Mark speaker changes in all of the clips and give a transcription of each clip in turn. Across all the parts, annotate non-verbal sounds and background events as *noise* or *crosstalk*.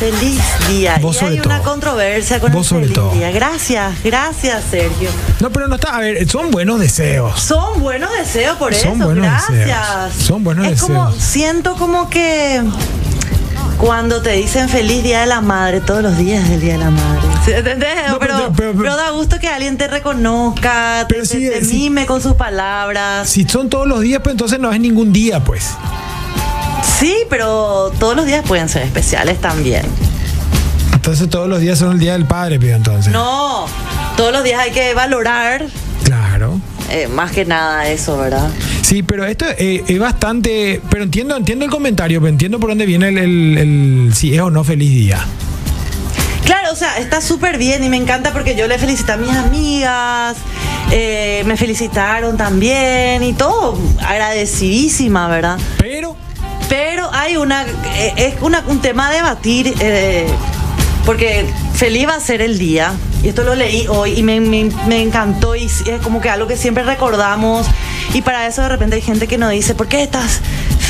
Speaker 1: Feliz día.
Speaker 2: Vos
Speaker 1: y
Speaker 2: sobre
Speaker 1: hay una
Speaker 2: todo.
Speaker 1: controversia con
Speaker 2: Vos
Speaker 1: el
Speaker 2: sobre
Speaker 1: feliz
Speaker 2: todo.
Speaker 1: día. Gracias, gracias, Sergio.
Speaker 2: No, pero no está. A ver, son buenos deseos.
Speaker 1: Son buenos deseos por
Speaker 2: Son
Speaker 1: eso,
Speaker 2: buenos
Speaker 1: gracias.
Speaker 2: deseos. Son buenos
Speaker 1: es como,
Speaker 2: deseos.
Speaker 1: siento como que cuando te dicen feliz día de la madre, todos los días es el día de la madre. *laughs* ¿Sí, entendés?
Speaker 2: No,
Speaker 1: pero,
Speaker 2: pero- pero-
Speaker 1: pero da gusto que alguien te reconozca,
Speaker 2: Pero
Speaker 1: te,
Speaker 2: sí, eh,
Speaker 1: te
Speaker 2: sí.
Speaker 1: mime con sus palabras.
Speaker 2: Si son todos los días, pues entonces no es ningún día, pues.
Speaker 1: Sí, pero todos los días pueden ser especiales también.
Speaker 2: Entonces todos los días son el día del padre, pido entonces.
Speaker 1: No, todos los días hay que valorar
Speaker 2: Claro.
Speaker 1: eh, más que nada eso, ¿verdad?
Speaker 2: Sí, pero esto eh, es bastante. Pero entiendo, entiendo el comentario, pero entiendo por dónde viene el, el- el- si es o no feliz día.
Speaker 1: Claro, o sea, está súper bien y me encanta porque yo le felicité a mis amigas, eh, me felicitaron también y todo, agradecidísima, ¿verdad?
Speaker 2: Pero
Speaker 1: Pero hay una, eh, es una, un tema a debatir, eh, porque feliz va a ser el día, y esto lo leí hoy y me, me- me encantó y es como que algo que siempre recordamos, y para eso de repente hay gente que nos dice, ¿por qué estas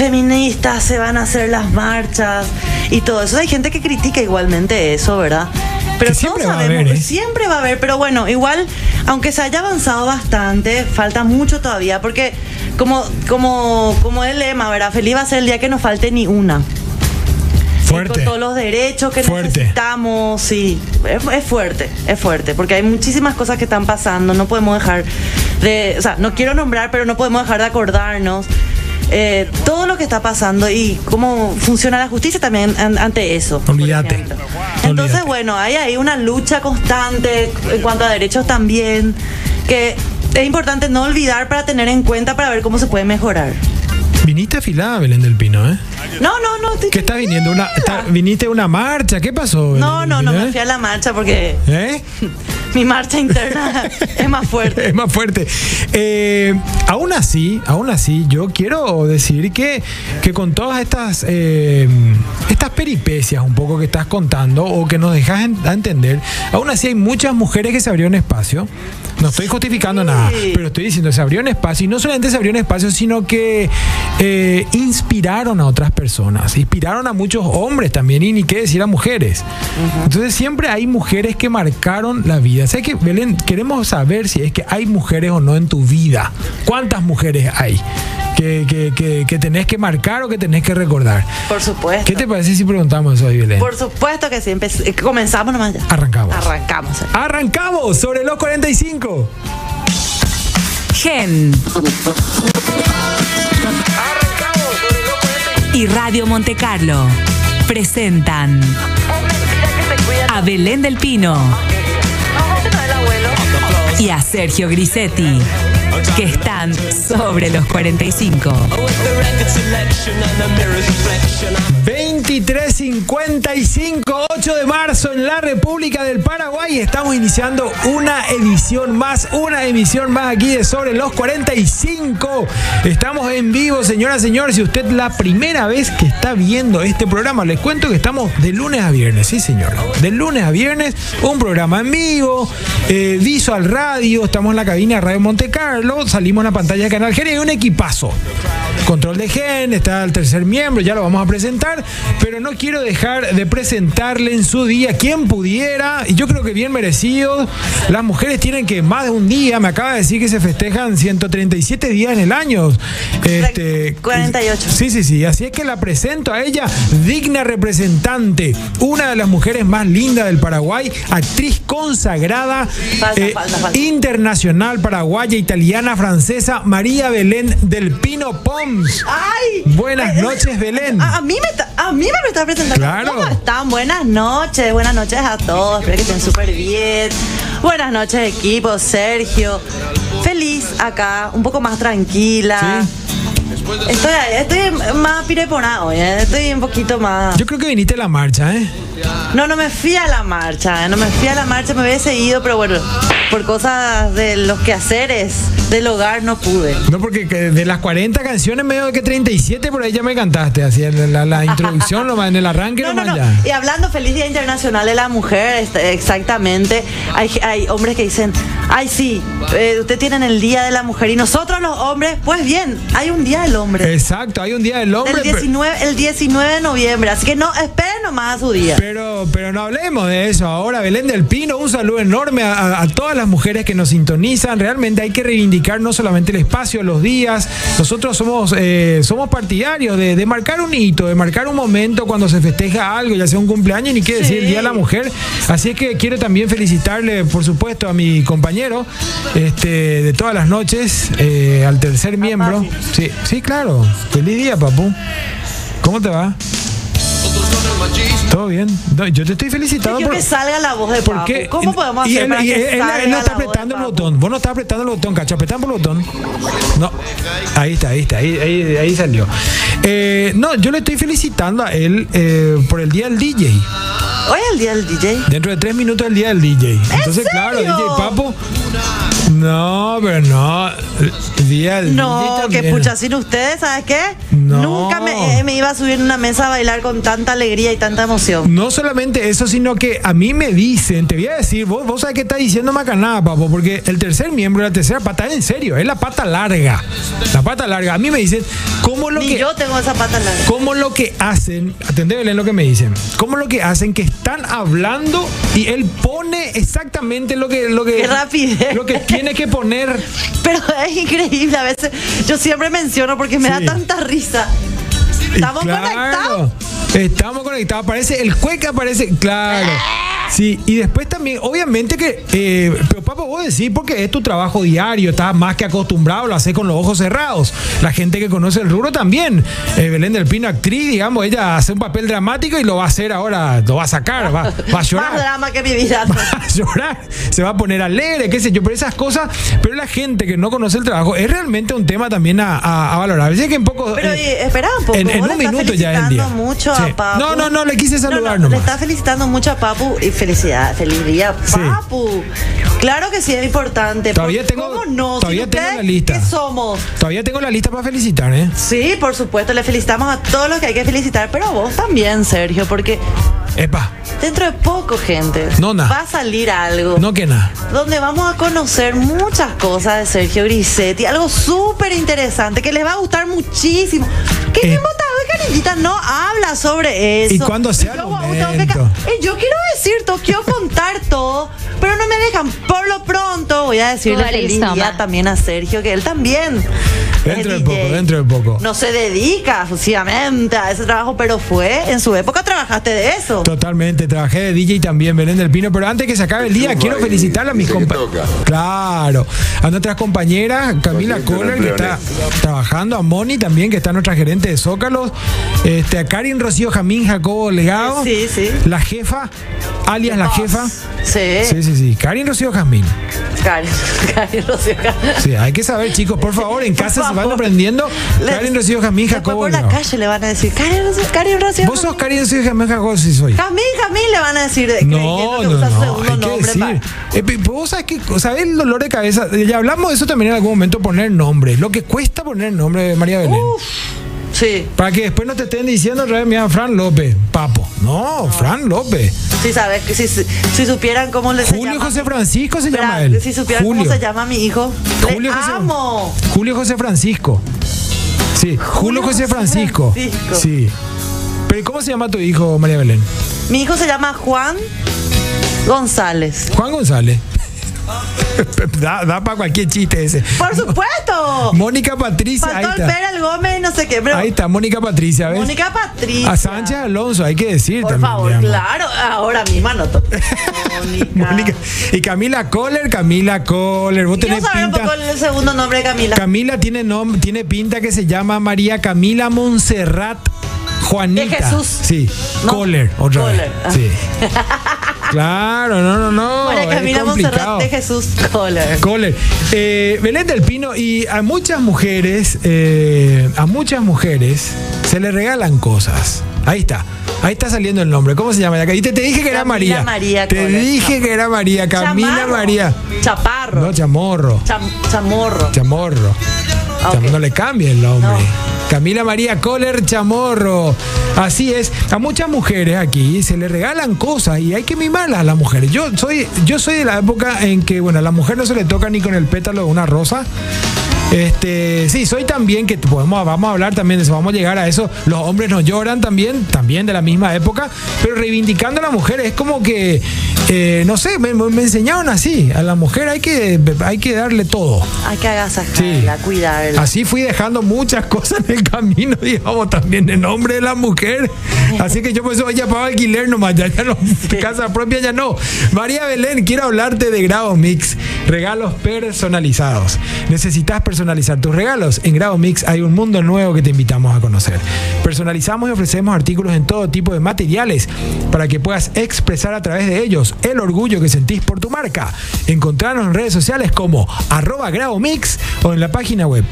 Speaker 1: feministas se van a hacer las marchas? Y todo eso, hay gente que critica igualmente eso, ¿verdad? Pero
Speaker 2: Que siempre va a haber, ¿eh?
Speaker 1: siempre va a haber, pero bueno, igual, aunque se haya avanzado bastante, falta mucho todavía, porque como, como, como el lema, ¿verdad? Feliz va a ser el día que nos falte ni una.
Speaker 2: fuerte.
Speaker 1: Con todos los derechos que
Speaker 2: Fuerte.
Speaker 1: necesitamos, sí. Es, es fuerte, es fuerte, porque hay muchísimas cosas que están pasando, no podemos dejar de, o sea, no quiero nombrar, pero no podemos dejar de acordarnos. eh, todo lo que está pasando y cómo funciona la justicia también an- ante eso. por
Speaker 2: Olvídate.
Speaker 1: ejemplo. Entonces,
Speaker 2: Olvídate.
Speaker 1: bueno, hay ahí una lucha constante en cuanto a derechos también, que es importante no olvidar para tener en cuenta para ver cómo se puede mejorar.
Speaker 2: Viniste afilada, Belén del Pino, ¿eh?
Speaker 1: No, no, no. estoy-
Speaker 2: ¿Qué estás viniendo? Una, está- ¿Viniste a una marcha? ¿Qué pasó? Belén
Speaker 1: No,
Speaker 2: del
Speaker 1: no, no
Speaker 2: Pino,
Speaker 1: me
Speaker 2: eh?
Speaker 1: fui a la marcha porque
Speaker 2: ¿Eh?
Speaker 1: mi marcha interna *laughs* es más fuerte.
Speaker 2: Es más fuerte. *laughs* Eh, aún así, aún así, yo quiero decir que, que con todas estas, eh, estas peripecias un poco que estás contando o que nos dejas en- a entender, aún así hay muchas mujeres que se abrieron espacio. No estoy justificando nada, pero estoy diciendo, se abrió un espacio y no solamente se abrió un espacio, sino que eh, inspiraron a otras personas, inspiraron a muchos hombres también y ni qué decir a mujeres. Entonces siempre hay mujeres que marcaron la vida. Sé que, Belén, queremos saber si es que hay mujeres o no en tu vida. ¿Cuántas mujeres hay que, que- que- que tenés que marcar o que tenés que recordar?
Speaker 1: Por supuesto.
Speaker 2: ¿Qué te parece si preguntamos eso ahí, Belén?
Speaker 1: Por supuesto que sí. empe- eh, Comenzamos nomás ya.
Speaker 2: Arrancamos.
Speaker 1: Arrancamos.
Speaker 2: Arrancamos sobre los 45.
Speaker 3: Gen y Radio Monte Carlo presentan a Belén del Pino y a Sergio Grisetti, que están sobre los 45.
Speaker 2: 2355, 8 de marzo en la República del Paraguay. Estamos iniciando una edición más, una emisión más aquí de Sobre los 45. Estamos en vivo, señora, señor. Si usted la primera vez que está viendo este programa, les cuento que estamos de lunes a viernes, sí, señor. De lunes a viernes, un programa en vivo, eh, visual radio. Estamos en la cabina de Radio Monte Carlo, salimos a la pantalla de Canal Gen y hay un equipazo. Control de Gen, está el tercer miembro, ya lo vamos a presentar, pero no quiero dejar de presentarle en su día quien pudiera, y yo creo que bien merecido. Las mujeres tienen que más de un día, me acaba de decir que se festejan 137 días en el año. Este,
Speaker 1: 48.
Speaker 2: Sí, sí, sí, así es que la presento a ella, digna representante, una de las mujeres más lindas del Paraguay, actriz consagrada, eh,
Speaker 1: Falta, falta, falta.
Speaker 2: internacional, paraguaya, italiana, francesa, María Belén del Pino Poms.
Speaker 1: ¡Ay!
Speaker 2: Buenas
Speaker 1: Eh, eh,
Speaker 2: noches, Belén.
Speaker 1: A, a mí me está- a mí me está presentando.
Speaker 2: Claro.
Speaker 1: ¿Cómo están? Buenas noches, buenas noches a todos. Espero que estén súper bien. Buenas noches, equipo, Sergio. Feliz acá, un poco más tranquila. Estoy, estoy más pireponado, hoy, ¿eh? estoy un poquito más.
Speaker 2: Yo creo que viniste a la marcha, ¿eh?
Speaker 1: No, no me fui a la marcha, eh, no me fui a la marcha, me hubiese ido, pero bueno, por cosas de los quehaceres del hogar no pude.
Speaker 2: No, porque que de las 40 canciones, medio de que 37 por ahí ya me cantaste. Así en la,
Speaker 1: *laughs*
Speaker 2: la introducción, nomás, en el arranque,
Speaker 1: No, no,
Speaker 2: nomás
Speaker 1: no.
Speaker 2: ya.
Speaker 1: Y hablando Feliz Día Internacional de la Mujer, este, exactamente, hay, hay hombres que dicen, ay sí, eh, ustedes tienen el Día de la Mujer y nosotros los hombres, pues bien, hay un Día del Hombre.
Speaker 2: Exacto, hay un día del hombre.
Speaker 1: el,
Speaker 2: pero-
Speaker 1: 19, el 19 de noviembre, así que no, esperen nomás a su día.
Speaker 2: Pero, pero no hablemos de eso. Ahora, Belén del Pino, un saludo enorme a, a- a todas las mujeres que nos sintonizan. Realmente hay que reivindicar no solamente el espacio, los días. Nosotros somos, eh, somos partidarios de, de marcar un hito, de marcar un momento cuando se festeja algo, ya sea un cumpleaños, ni qué decir, el Día de la Mujer. Así es que quiero también felicitarle, por supuesto, a mi compañero este, de todas las noches, eh, al tercer miembro. Sí, sí, claro. Feliz día, papu. ¿Cómo te va? ¿Todo bien? No, yo te estoy felicitando
Speaker 1: Quiero
Speaker 2: por...
Speaker 1: que salga la voz de
Speaker 2: ¿Por
Speaker 1: Papu.
Speaker 2: qué?
Speaker 1: ¿Cómo podemos
Speaker 2: Y
Speaker 1: hacer
Speaker 2: él,
Speaker 1: para
Speaker 2: y
Speaker 1: que
Speaker 2: él- él- él
Speaker 1: salga
Speaker 2: no
Speaker 1: la
Speaker 2: está
Speaker 1: voz de
Speaker 2: apretando el
Speaker 1: Papu?
Speaker 2: botón. Vos no estás apretando el botón, cacho. Apretá por el botón. No. Ahí está, ahí está. Ahí, ahí- ahí salió. Eh, no, yo le estoy felicitando a él eh, por el día del DJ.
Speaker 1: Hoy es el Día del DJ.
Speaker 2: Dentro de tres minutos el día del DJ. Entonces, claro,
Speaker 1: serio?
Speaker 2: DJ Papo. No, pero no. El día del DJ.
Speaker 1: No, que
Speaker 2: también.
Speaker 1: pucha, sin ustedes, ¿sabes qué?
Speaker 2: No.
Speaker 1: Nunca me, eh, me iba a subir en una mesa a bailar con tanta alegría y tanta emoción.
Speaker 2: No solamente eso, sino que a mí me dicen, te voy a decir, vos, vos sabes qué está diciendo Macaná, papo, porque el tercer miembro, la tercera pata, en serio, es la pata larga. La pata larga. A mí me dicen, ¿cómo lo
Speaker 1: Ni
Speaker 2: que.?
Speaker 1: yo tengo esa pata larga.
Speaker 2: ¿Cómo lo que hacen? Atendé Belén lo que me dicen. ¿Cómo lo que hacen que están hablando y él pone exactamente lo que. Lo que
Speaker 1: Qué rapidez.
Speaker 2: Lo que tiene que poner.
Speaker 1: *laughs* Pero es increíble, a veces yo siempre menciono porque me
Speaker 2: Sí.
Speaker 1: da tanta risa.
Speaker 2: Y
Speaker 1: Estamos
Speaker 2: claro,
Speaker 1: conectados. Eh.
Speaker 2: Estamos conectados. Aparece el cueca, aparece. Claro. Sí, y después también, obviamente que. eh, pero, papo, vos decís, porque es tu trabajo diario, estás más que acostumbrado, lo haces con los ojos cerrados. La gente que conoce el rubro también. Eh, Belén del Pino, actriz, digamos, ella hace un papel dramático y lo va a hacer ahora, lo va a sacar, va, va a llorar
Speaker 1: Más
Speaker 2: *laughs*
Speaker 1: drama que mi vida.
Speaker 2: a llorar, se va a poner alegre, qué sé yo, pero esas cosas, pero la gente que no conoce el trabajo es realmente un tema también a, a- a valorar. Así que en poco.
Speaker 1: Pero
Speaker 2: eh,
Speaker 1: oye, espera un poco.
Speaker 2: En, en
Speaker 1: vos
Speaker 2: un
Speaker 1: le estás
Speaker 2: minuto ya es el día.
Speaker 1: felicitando mucho
Speaker 2: Sí.
Speaker 1: a Papu.
Speaker 2: No, no, no, le quise saludar
Speaker 1: no, no, Le
Speaker 2: nomás.
Speaker 1: está felicitando mucho a Papu y felicidad, feliz día,
Speaker 2: Sí.
Speaker 1: Papu. Claro que sí es importante.
Speaker 2: Todavía
Speaker 1: porque
Speaker 2: tengo-
Speaker 1: ¿Cómo no?
Speaker 2: todavía
Speaker 1: Sin
Speaker 2: tengo
Speaker 1: ustedes,
Speaker 2: la lista.
Speaker 1: ¿Qué somos?
Speaker 2: Todavía tengo la lista para felicitar, ¿eh?
Speaker 1: Sí, por supuesto, le felicitamos a todos los que hay que felicitar, pero a vos también, Sergio, porque
Speaker 2: Epa,
Speaker 1: dentro de poco, gente,
Speaker 2: Nona.
Speaker 1: va a salir algo.
Speaker 2: no que nada.
Speaker 1: donde vamos a conocer muchas cosas de Sergio Grisetti, algo súper interesante que les va a gustar muchísimo. ¿Qué
Speaker 2: Eh.
Speaker 1: te importa? Canillita no habla sobre eso.
Speaker 2: Y cuando sea el
Speaker 1: Yo, guau, tengo que ca-
Speaker 2: momento.
Speaker 1: Eh, yo quiero decir, todo, quiero contar *laughs* todo, pero no me dejan. Por lo pronto voy a decirle
Speaker 4: Vale,
Speaker 1: feliz
Speaker 4: Soma.
Speaker 1: día también a Sergio, que él también.
Speaker 2: Dentro
Speaker 1: es
Speaker 2: de poco,
Speaker 1: DJ.
Speaker 2: dentro de poco.
Speaker 1: No se dedica exclusivamente a ese trabajo, pero fue en su época trabajaste de eso.
Speaker 2: Totalmente, trabajé de DJ también, Belén del Pino, pero antes que se acabe el día, quiero felicitar a mis
Speaker 5: Dice que
Speaker 2: compañeros.
Speaker 5: toca.
Speaker 2: Claro, a nuestras compañeras, Camila
Speaker 5: Consiguiente
Speaker 2: Kohler, que
Speaker 5: empleo
Speaker 2: está trabajando, a Moni también, que está nuestra gerente de Zócalos, este, a Karin Rocío Jamín, Jacobo Legado,
Speaker 1: Sí, sí. Eh.
Speaker 2: la jefa, alias la jefa.
Speaker 1: Sí,
Speaker 2: Sí, sí, sí, Karin Rocío Jamín.
Speaker 1: *laughs* Cari, Cari Rocío, Cari.
Speaker 2: Sí, hay que saber, chicos, por favor, en casa se van
Speaker 1: favor.
Speaker 2: aprendiendo.
Speaker 1: Les-
Speaker 2: Karin Rocío Jamín,
Speaker 1: Después
Speaker 2: Jacobo
Speaker 1: por la
Speaker 2: Legado.
Speaker 1: calle le van a decir, Karen Rocío, Karen Rocío.
Speaker 2: Vos sos Karin Rocío Jamín, Jacobo, sí soy.
Speaker 1: Jamín, Jamín le van a decir. eh, creyendo
Speaker 2: No,
Speaker 1: que
Speaker 2: no,
Speaker 1: usa su
Speaker 2: no,
Speaker 1: segundo
Speaker 2: hay que
Speaker 1: nombre
Speaker 2: decir.
Speaker 1: pa-
Speaker 2: Eh, pe- ¿Vos sabés qué? ¿Sabés el dolor de cabeza? Eh, Ya hablamos de eso también en algún momento, poner nombre. Lo que cuesta poner nombre de María Belén.
Speaker 1: Uf, sí,
Speaker 2: Para que después no te estén diciendo otra vez, mira, Fran López, papo. No, Fran López.
Speaker 1: sí sabes que si, si- si supieran cómo le se
Speaker 2: Julio
Speaker 1: llama-
Speaker 2: José Francisco se
Speaker 1: Bra-
Speaker 2: llama él.
Speaker 1: Si supieran
Speaker 2: Julio.
Speaker 1: cómo se llama mi hijo.
Speaker 2: Julio
Speaker 1: le
Speaker 2: José,
Speaker 1: amo.
Speaker 2: Julio José Francisco. Sí, Julio, José
Speaker 1: José
Speaker 2: Francisco.
Speaker 1: Francisco.
Speaker 2: Sí. Pero ¿cómo se llama tu hijo, María Belén?
Speaker 1: Mi hijo se llama Juan González.
Speaker 2: Juan González. *laughs* da para cualquier chiste ese. *laughs*
Speaker 1: Por supuesto.
Speaker 2: Mónica Patricia, ahí
Speaker 1: Faltó el
Speaker 2: está.
Speaker 1: Pérez Gómez, no sé qué. Pero
Speaker 2: Ahí está Mónica Patricia, ¿ves?
Speaker 1: Mónica Patricia.
Speaker 2: A Sánchez Alonso, hay que decir
Speaker 1: Por
Speaker 2: también.
Speaker 1: favor,
Speaker 2: digamos.
Speaker 1: claro. Ahora mismo anoto.
Speaker 2: *laughs* Mónica. Y Camila Kohler, Camila Kohler, vos
Speaker 1: Quiero
Speaker 2: tenés
Speaker 1: saber un poco
Speaker 2: pinta.
Speaker 1: el segundo nombre de Camila.
Speaker 2: Camila tiene nom- tiene pinta que se llama María Camila Montserrat Juanita.
Speaker 1: De Jesús.
Speaker 2: Sí.
Speaker 1: No.
Speaker 2: Kohler, otra vez.
Speaker 1: Kohler, ah.
Speaker 2: Sí. *laughs* claro, no, no, no.
Speaker 1: María
Speaker 2: es
Speaker 1: Camila
Speaker 2: complicado.
Speaker 1: Monserrat de Jesús Coller.
Speaker 2: *laughs* Cole, eh, Belén del Pino y a muchas mujeres, eh, a muchas mujeres se le regalan cosas. Ahí está. Ahí está saliendo el nombre. ¿Cómo se llama? la ca- Y te, te dije que era
Speaker 1: Camila
Speaker 2: María.
Speaker 1: María
Speaker 2: te
Speaker 1: Correa.
Speaker 2: dije que era María. Camila
Speaker 1: Chamarro.
Speaker 2: María.
Speaker 1: Chaparro.
Speaker 2: No, chamorro.
Speaker 1: Cham- chamorro.
Speaker 2: Chamorro.
Speaker 1: Ah,
Speaker 2: Cham-
Speaker 1: ok.
Speaker 2: No le cambie el nombre.
Speaker 1: No.
Speaker 2: Camila María Coller Chamorro. Así es. A muchas mujeres aquí se le regalan cosas y hay que mimarlas a las mujeres. Yo soy, yo soy de la época en que, bueno, a la mujer no se le toca ni con el pétalo de una rosa. Este, sí, soy también que podemos, vamos a hablar también de eso, vamos a llegar a eso. Los hombres no lloran también, también de la misma época, pero reivindicando a la mujer es como que, eh, no sé, me, me enseñaron así. A la mujer hay que, hay que darle todo.
Speaker 1: Hay que agasajarla,
Speaker 2: Sí.
Speaker 1: cuidarla.
Speaker 2: Así fui dejando muchas cosas en el camino, *laughs* digamos, también en nombre de la mujer. Así que yo por eso ya pagaba alquiler nomás, ya, ya no, casa propia ya no. María Belén, quiero hablarte de Grado Mix, regalos personalizados. Necesitas personalizar tus regalos. En Grado Mix hay un mundo nuevo que te invitamos a conocer. Personalizamos y ofrecemos artículos en todo tipo de materiales para que puedas expresar a través de ellos el orgullo que sentís por tu marca. Encontrarnos en redes sociales como arroba Grabomix o en la página web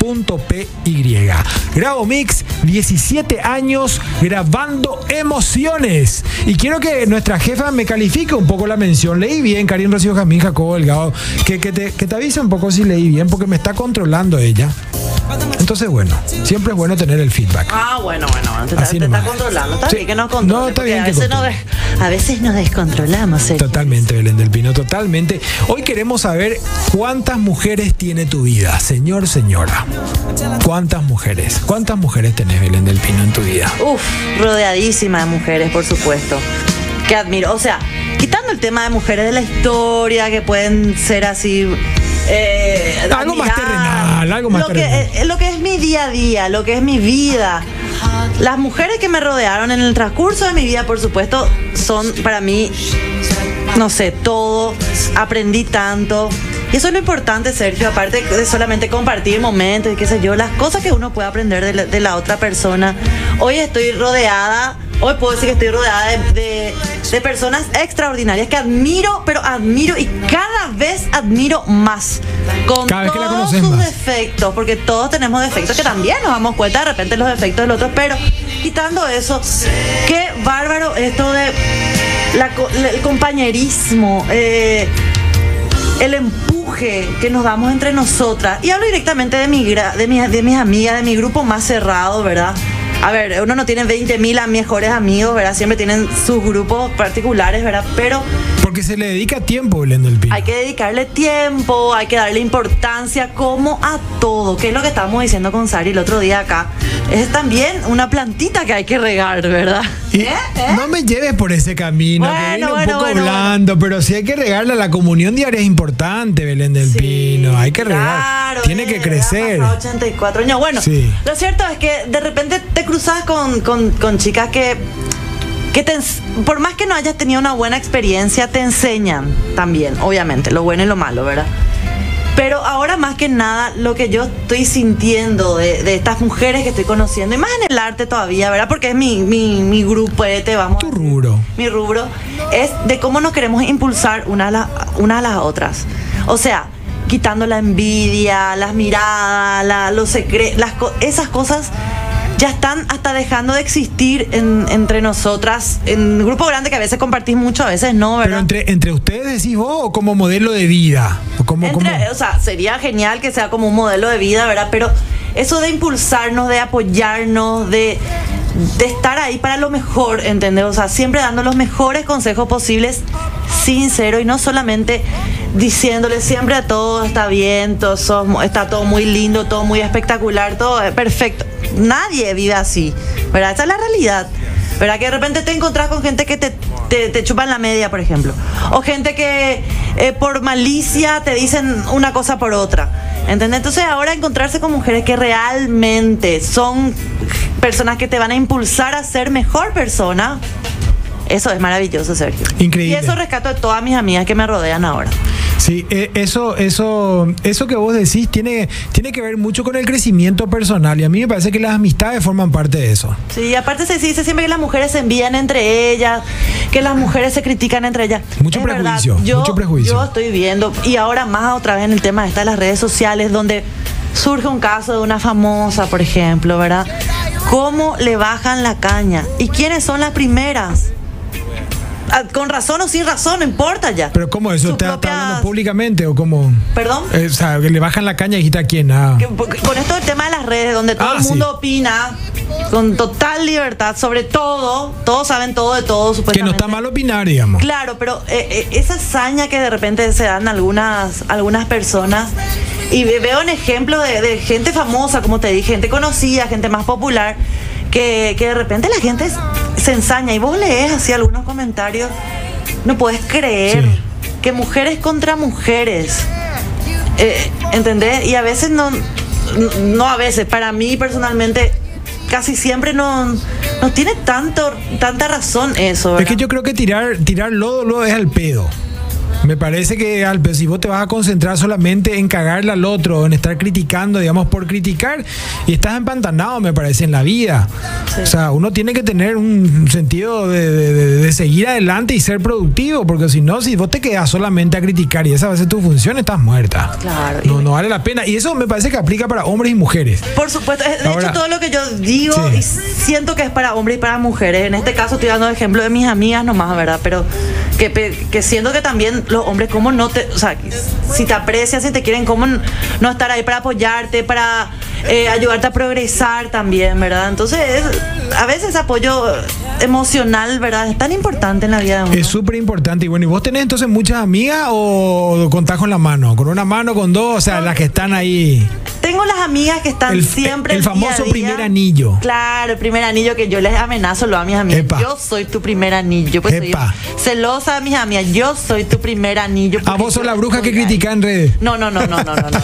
Speaker 2: www.grabomix.com.py. Grabomix, 17 años grabando emociones. Y quiero que nuestra jefa me califique un poco la mención. Leí bien, Karim Rocío Jamín, Jacobo Delgado. Que, que te, que te avise un poco si leí bien, porque me está controlando ella. Entonces, bueno, siempre es bueno tener el feedback.
Speaker 1: Ah, bueno, bueno, bueno, te, está-
Speaker 2: Así
Speaker 1: te está
Speaker 2: nomás.
Speaker 1: controlando. Está
Speaker 2: Sí.
Speaker 1: bien que nos controle.
Speaker 2: No, está
Speaker 1: porque
Speaker 2: bien
Speaker 1: a
Speaker 2: que
Speaker 1: veces, nos,
Speaker 2: controle.
Speaker 1: des- a veces nos descontrolamos. este Sergio.
Speaker 2: Totalmente, Belén del Pino, totalmente. Hoy queremos saber cuántas mujeres tiene tu vida, señor, señora. ¿Cuántas mujeres? ¿Cuántas mujeres tenés, Belén del Pino, en tu vida?
Speaker 1: Uf, rodeadísima de mujeres, por supuesto. Que admiro. O sea, quitando el tema de mujeres de la historia, que pueden ser así. eh,
Speaker 2: Algo más terrenal, algo más
Speaker 1: lo que,
Speaker 2: terrenal.
Speaker 1: eh, lo que es mi día a día, lo que es mi vida. Las mujeres que me rodearon en el transcurso de mi vida, por supuesto, son para mí, no sé, todo. Aprendí tanto. Y eso es lo importante, Sergio, aparte de solamente compartir momentos y qué sé yo, las cosas que uno puede aprender de la, de la otra persona. Hoy estoy rodeada, hoy puedo decir que estoy rodeada de, de- de personas extraordinarias que admiro, pero admiro y cada vez admiro más. Con
Speaker 2: Cada vez que la
Speaker 1: todos
Speaker 2: conoces
Speaker 1: sus
Speaker 2: más.
Speaker 1: defectos, porque todos tenemos defectos que también nos damos cuenta de repente los defectos del otro, pero quitando eso, qué bárbaro esto de la co- el compañerismo, eh, el empuje que nos damos entre nosotras. Y hablo directamente de, mi, gra- de, mis, de mis amigas, de mi grupo más cerrado, ¿verdad? A ver, uno no tiene 20.000 a mejores amigos, ¿verdad? Siempre tienen sus grupos particulares, ¿verdad? Pero
Speaker 2: Porque se le dedica tiempo, Belén del Pino.
Speaker 1: hay que dedicarle tiempo, hay que darle importancia como a todo, que es lo que estábamos diciendo con Sari el otro día acá. Es también una plantita que hay que regar, ¿verdad?
Speaker 2: Y No me lleves por ese camino, que
Speaker 1: ¿Eh? Bueno,
Speaker 2: viene un
Speaker 1: bueno,
Speaker 2: poco
Speaker 1: bueno,
Speaker 2: blando, pero sí hay que regarla. La comunión diaria es importante, Belén del
Speaker 1: Sí,
Speaker 2: Pino. Hay que regar.
Speaker 1: claro,
Speaker 2: Tiene
Speaker 1: eh,
Speaker 2: que
Speaker 1: ha
Speaker 2: crecer.
Speaker 1: pasado 84 años. Bueno,
Speaker 2: Sí.
Speaker 1: lo cierto es que de repente te cruzas con, con- con chicas que, que te ens- por más que no hayas tenido una buena experiencia, te enseñan también, obviamente, lo bueno y lo malo, ¿verdad? Pero ahora más que nada, lo que yo estoy sintiendo de, de estas mujeres que estoy conociendo, y más en el arte todavía, ¿verdad? Porque es mi, mi, mi grupete, vamos.
Speaker 2: Tu
Speaker 1: a decir
Speaker 2: rubro.
Speaker 1: mi rubro, es de cómo nos queremos impulsar una a, la- una a las otras. O sea, quitando la envidia, las miradas, la- los secretos, esas cosas ya están hasta dejando de existir en- entre nosotras, en un grupo grande que a veces compartís mucho, a veces no,
Speaker 2: Pero
Speaker 1: ¿verdad?
Speaker 2: entre, entre ustedes decís vos o como modelo de vida. O como, como-
Speaker 1: Entre- o sea, sería genial que sea como un modelo de vida, ¿verdad? Pero eso de impulsarnos, de apoyarnos, de, de estar ahí para lo mejor, ¿entendés? O sea, siempre dando los mejores consejos posibles, sincero y no solamente diciéndole siempre a todo está bien, todo sos mu- está todo muy lindo, todo muy espectacular, todo es perfecto. Nadie vive así, ¿verdad? Esa es la realidad. ¿Verdad? Que de repente te encontrás con gente que te, te, te chupan la media, por ejemplo. O gente que eh, por malicia te dicen una cosa por otra. ¿Entendés? Entonces ahora encontrarse con mujeres que realmente son personas que te van a impulsar a ser mejor persona, eso es maravilloso, Sergio. Y
Speaker 2: Increíble.
Speaker 1: eso rescato de todas mis amigas que me rodean ahora.
Speaker 2: Sí, e- eso, eso, eso que vos decís tiene, tiene que ver mucho con el crecimiento personal y a mí me parece que las amistades forman parte de eso.
Speaker 1: Sí, y aparte se dice siempre que las mujeres se envían entre ellas, que las mujeres se critican entre ellas.
Speaker 2: Mucho
Speaker 1: Es verdad,
Speaker 2: prejuicio,
Speaker 1: yo,
Speaker 2: mucho prejuicio.
Speaker 1: Yo estoy viendo, y ahora más otra vez en el tema está de las redes sociales, donde surge un caso de una famosa, por ejemplo, ¿verdad? cómo le bajan la caña. ¿Y quiénes son las primeras? Ah, Con razón o sin razón, no importa ya.
Speaker 2: Pero ¿cómo eso?
Speaker 1: Sus
Speaker 2: ¿Está, está hablando
Speaker 1: propias-
Speaker 2: públicamente o cómo?
Speaker 1: ¿Perdón?
Speaker 2: Eh, o sea, que le bajan la caña y dijiste a quién. Ah.
Speaker 1: Que- porque con esto del tema de las redes, donde todo
Speaker 2: Ah,
Speaker 1: el mundo
Speaker 2: sí.
Speaker 1: opina con total libertad sobre todo, todos saben todo de todo, supuestamente.
Speaker 2: Que no está mal opinar, digamos.
Speaker 1: Claro, pero eh, eh, esa hazaña que de repente se dan algunas, algunas personas, y ve- veo un ejemplo de, de gente famosa, como te dije, gente conocida, gente más popular, que, que de repente la gente s- se ensaña y vos lees así algunos comentarios, no puedes creer que mujeres contra mujeres, eh, ¿entendés? Y a veces no, no a veces, para mí personalmente... Casi siempre no, no tiene tanto, tanta razón eso.
Speaker 2: Es
Speaker 1: ¿verdad?
Speaker 2: que yo creo que tirar, tirar lodo, lodo es al pedo. Me parece que al pedo, si vos te vas a concentrar solamente en cagarle al otro, en estar criticando, digamos, por criticar, y estás empantanado, me parece, en la vida. O sea, uno tiene que tener un sentido de, de- de- de seguir adelante y ser productivo, porque si no, si vos te quedas solamente a criticar y esa va a ser tu función, estás muerta.
Speaker 1: Claro, y-
Speaker 2: No, no vale la pena. Y eso me parece que aplica para hombres y mujeres.
Speaker 1: Por supuesto, es- de
Speaker 2: Ahora-
Speaker 1: hecho todo lo que yo digo
Speaker 2: Sí.
Speaker 1: y siento que es para hombres y para mujeres. En este caso estoy dando ejemplo de mis amigas nomás, ¿verdad? Pero que, pe- que siento que también los hombres, ¿cómo no te... O sea, si te aprecian, si te quieren, ¿cómo n- no estar ahí para apoyarte, para eh, ayudarte a progresar también, ¿verdad? Entonces, es- a veces apoyo emocional, ¿verdad? Es tan importante en la vida de uno.
Speaker 2: Es súper importante. Y bueno, ¿y vos tenés entonces muchas amigas o contás con la mano? ¿Con una mano, con dos? O sea, las que están ahí.
Speaker 1: Tengo las amigas que están
Speaker 2: El-
Speaker 1: siempre.
Speaker 2: el
Speaker 1: día a
Speaker 2: famoso
Speaker 1: día.
Speaker 2: primer anillo.
Speaker 1: Claro, el primer anillo que yo les amenazo lo a mis amigas.
Speaker 2: Epa.
Speaker 1: Yo soy tu primer anillo. Pues soy
Speaker 2: Epa.
Speaker 1: celosa de mis amigas. Yo soy tu primer anillo.
Speaker 2: A
Speaker 1: porque
Speaker 2: Ah, vos sos
Speaker 1: yo
Speaker 2: la bruja que
Speaker 1: estoy ahí.
Speaker 2: critica en redes.
Speaker 1: No, no, no, no, no, no, no. no.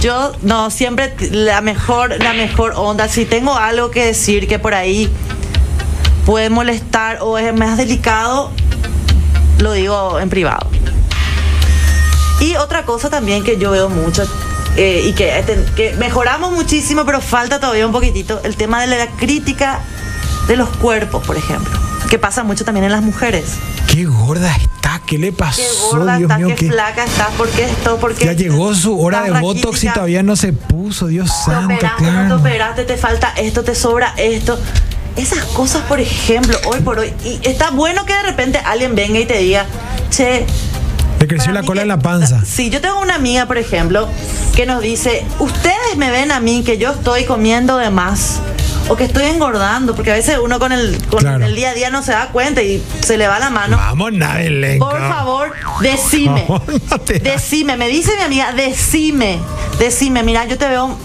Speaker 1: Yo no siempre la mejor, la mejor onda. Si tengo algo que decir que por ahí puede molestar o es más delicado, lo digo en privado. Y otra cosa también que yo veo mucho eh, y que, este- que mejoramos muchísimo, pero falta todavía un poquitito, el tema de la crítica de los cuerpos, por ejemplo, que pasa mucho también en las mujeres.
Speaker 2: Qué gorda está, ¿qué le pasó?
Speaker 1: Qué gorda
Speaker 2: Dios
Speaker 1: estás,
Speaker 2: mío,
Speaker 1: qué,
Speaker 2: qué-
Speaker 1: flaca estás, ¿por qué esto? ¿Por qué
Speaker 2: Ya llegó su hora de
Speaker 1: estás
Speaker 2: botox y
Speaker 1: raquítica?
Speaker 2: todavía no se puso, Dios
Speaker 1: Te
Speaker 2: santo,
Speaker 1: operaste, no te
Speaker 2: claro.
Speaker 1: operaste, te falta esto, te sobra esto. Esas cosas, por ejemplo, hoy por hoy. Y está bueno que de repente alguien venga y te diga, che.
Speaker 2: Le creció
Speaker 1: para
Speaker 2: la
Speaker 1: mí
Speaker 2: cola
Speaker 1: que-
Speaker 2: en la panza.
Speaker 1: Sí, yo tengo una amiga, por ejemplo, que nos dice, ustedes me ven a mí que yo estoy comiendo de más o que estoy engordando, porque a veces uno con el, con
Speaker 2: Claro.
Speaker 1: el día a día no se da cuenta y se le va la mano.
Speaker 2: Vamos, nada, elenco.
Speaker 1: Por favor, decime.
Speaker 2: Vamos, *laughs* no te-
Speaker 1: Decime, me dice mi amiga, decime, decime, mira, yo te veo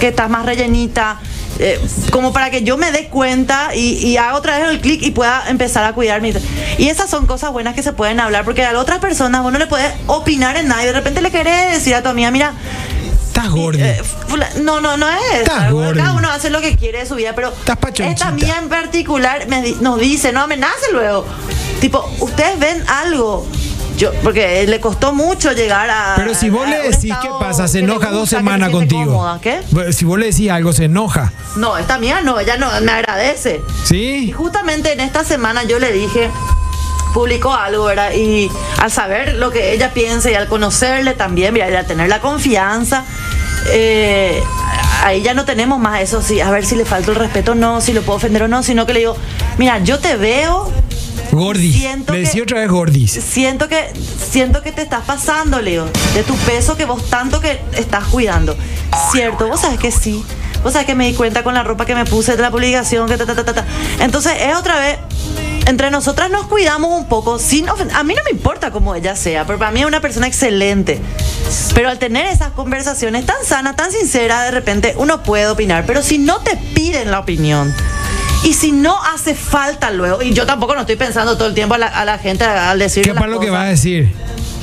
Speaker 1: que estás más rellenita, eh, como para que yo me dé cuenta y, y haga otra vez el clic y pueda empezar a cuidarme. Y esas son cosas buenas que se pueden hablar, porque a las otras personas vos no le puedes opinar en nada y de repente le querés decir a tu amiga, mira,
Speaker 2: Estás gorda.
Speaker 1: eh, fula- no, no, no es.
Speaker 2: Estás
Speaker 1: algo-
Speaker 2: gorda.
Speaker 1: Cada uno hace lo que quiere de su vida, pero
Speaker 2: Estás pachonchita.
Speaker 1: esta mía en particular me di- nos dice, no amenace luego. Tipo, ustedes ven algo. Yo, porque le costó mucho llegar a.
Speaker 2: Pero si vos
Speaker 1: a
Speaker 2: le
Speaker 1: eh, un
Speaker 2: decís qué
Speaker 1: estado
Speaker 2: pasa, se
Speaker 1: que le
Speaker 2: enoja dos
Speaker 1: gusta, que se
Speaker 2: semanas
Speaker 1: siente
Speaker 2: contigo.
Speaker 1: cómoda. ¿Qué?
Speaker 2: Bueno, Si vos le decís algo, se enoja.
Speaker 1: No, esta mía no, ella no me agradece. Y
Speaker 2: ¿Sí?
Speaker 1: justamente en esta semana yo le dije, publicó algo, ¿verdad? Y al saber lo que ella piensa y al conocerle también, mira, y al tener la confianza, eh, ahí ya no tenemos más eso, sí, a ver si le falta el respeto o no, si lo puedo ofender o no, sino que le digo, mira, yo te veo,
Speaker 2: Gordis.
Speaker 1: siento
Speaker 2: Le
Speaker 1: que-
Speaker 2: decía otra vez gordis.
Speaker 1: siento que, siento que te estás pasando, Leo, de tu peso que vos tanto que estás cuidando. Cierto, vos sabes que sí. Vos sabes que me di cuenta con la ropa que me puse de la publicación, que ta, ta, ta, ta, ta. Entonces es otra vez, entre nosotras nos cuidamos un poco, sin ofen- A mí no me importa cómo ella sea, pero para mí es una persona excelente. Pero al tener esas conversaciones tan sanas, tan sinceras, de repente uno puede opinar. Pero si no te piden la opinión, y si no hace falta luego, y yo tampoco no estoy pensando todo el tiempo a la, a la gente al decir.
Speaker 2: ¿Qué para lo que va a decir?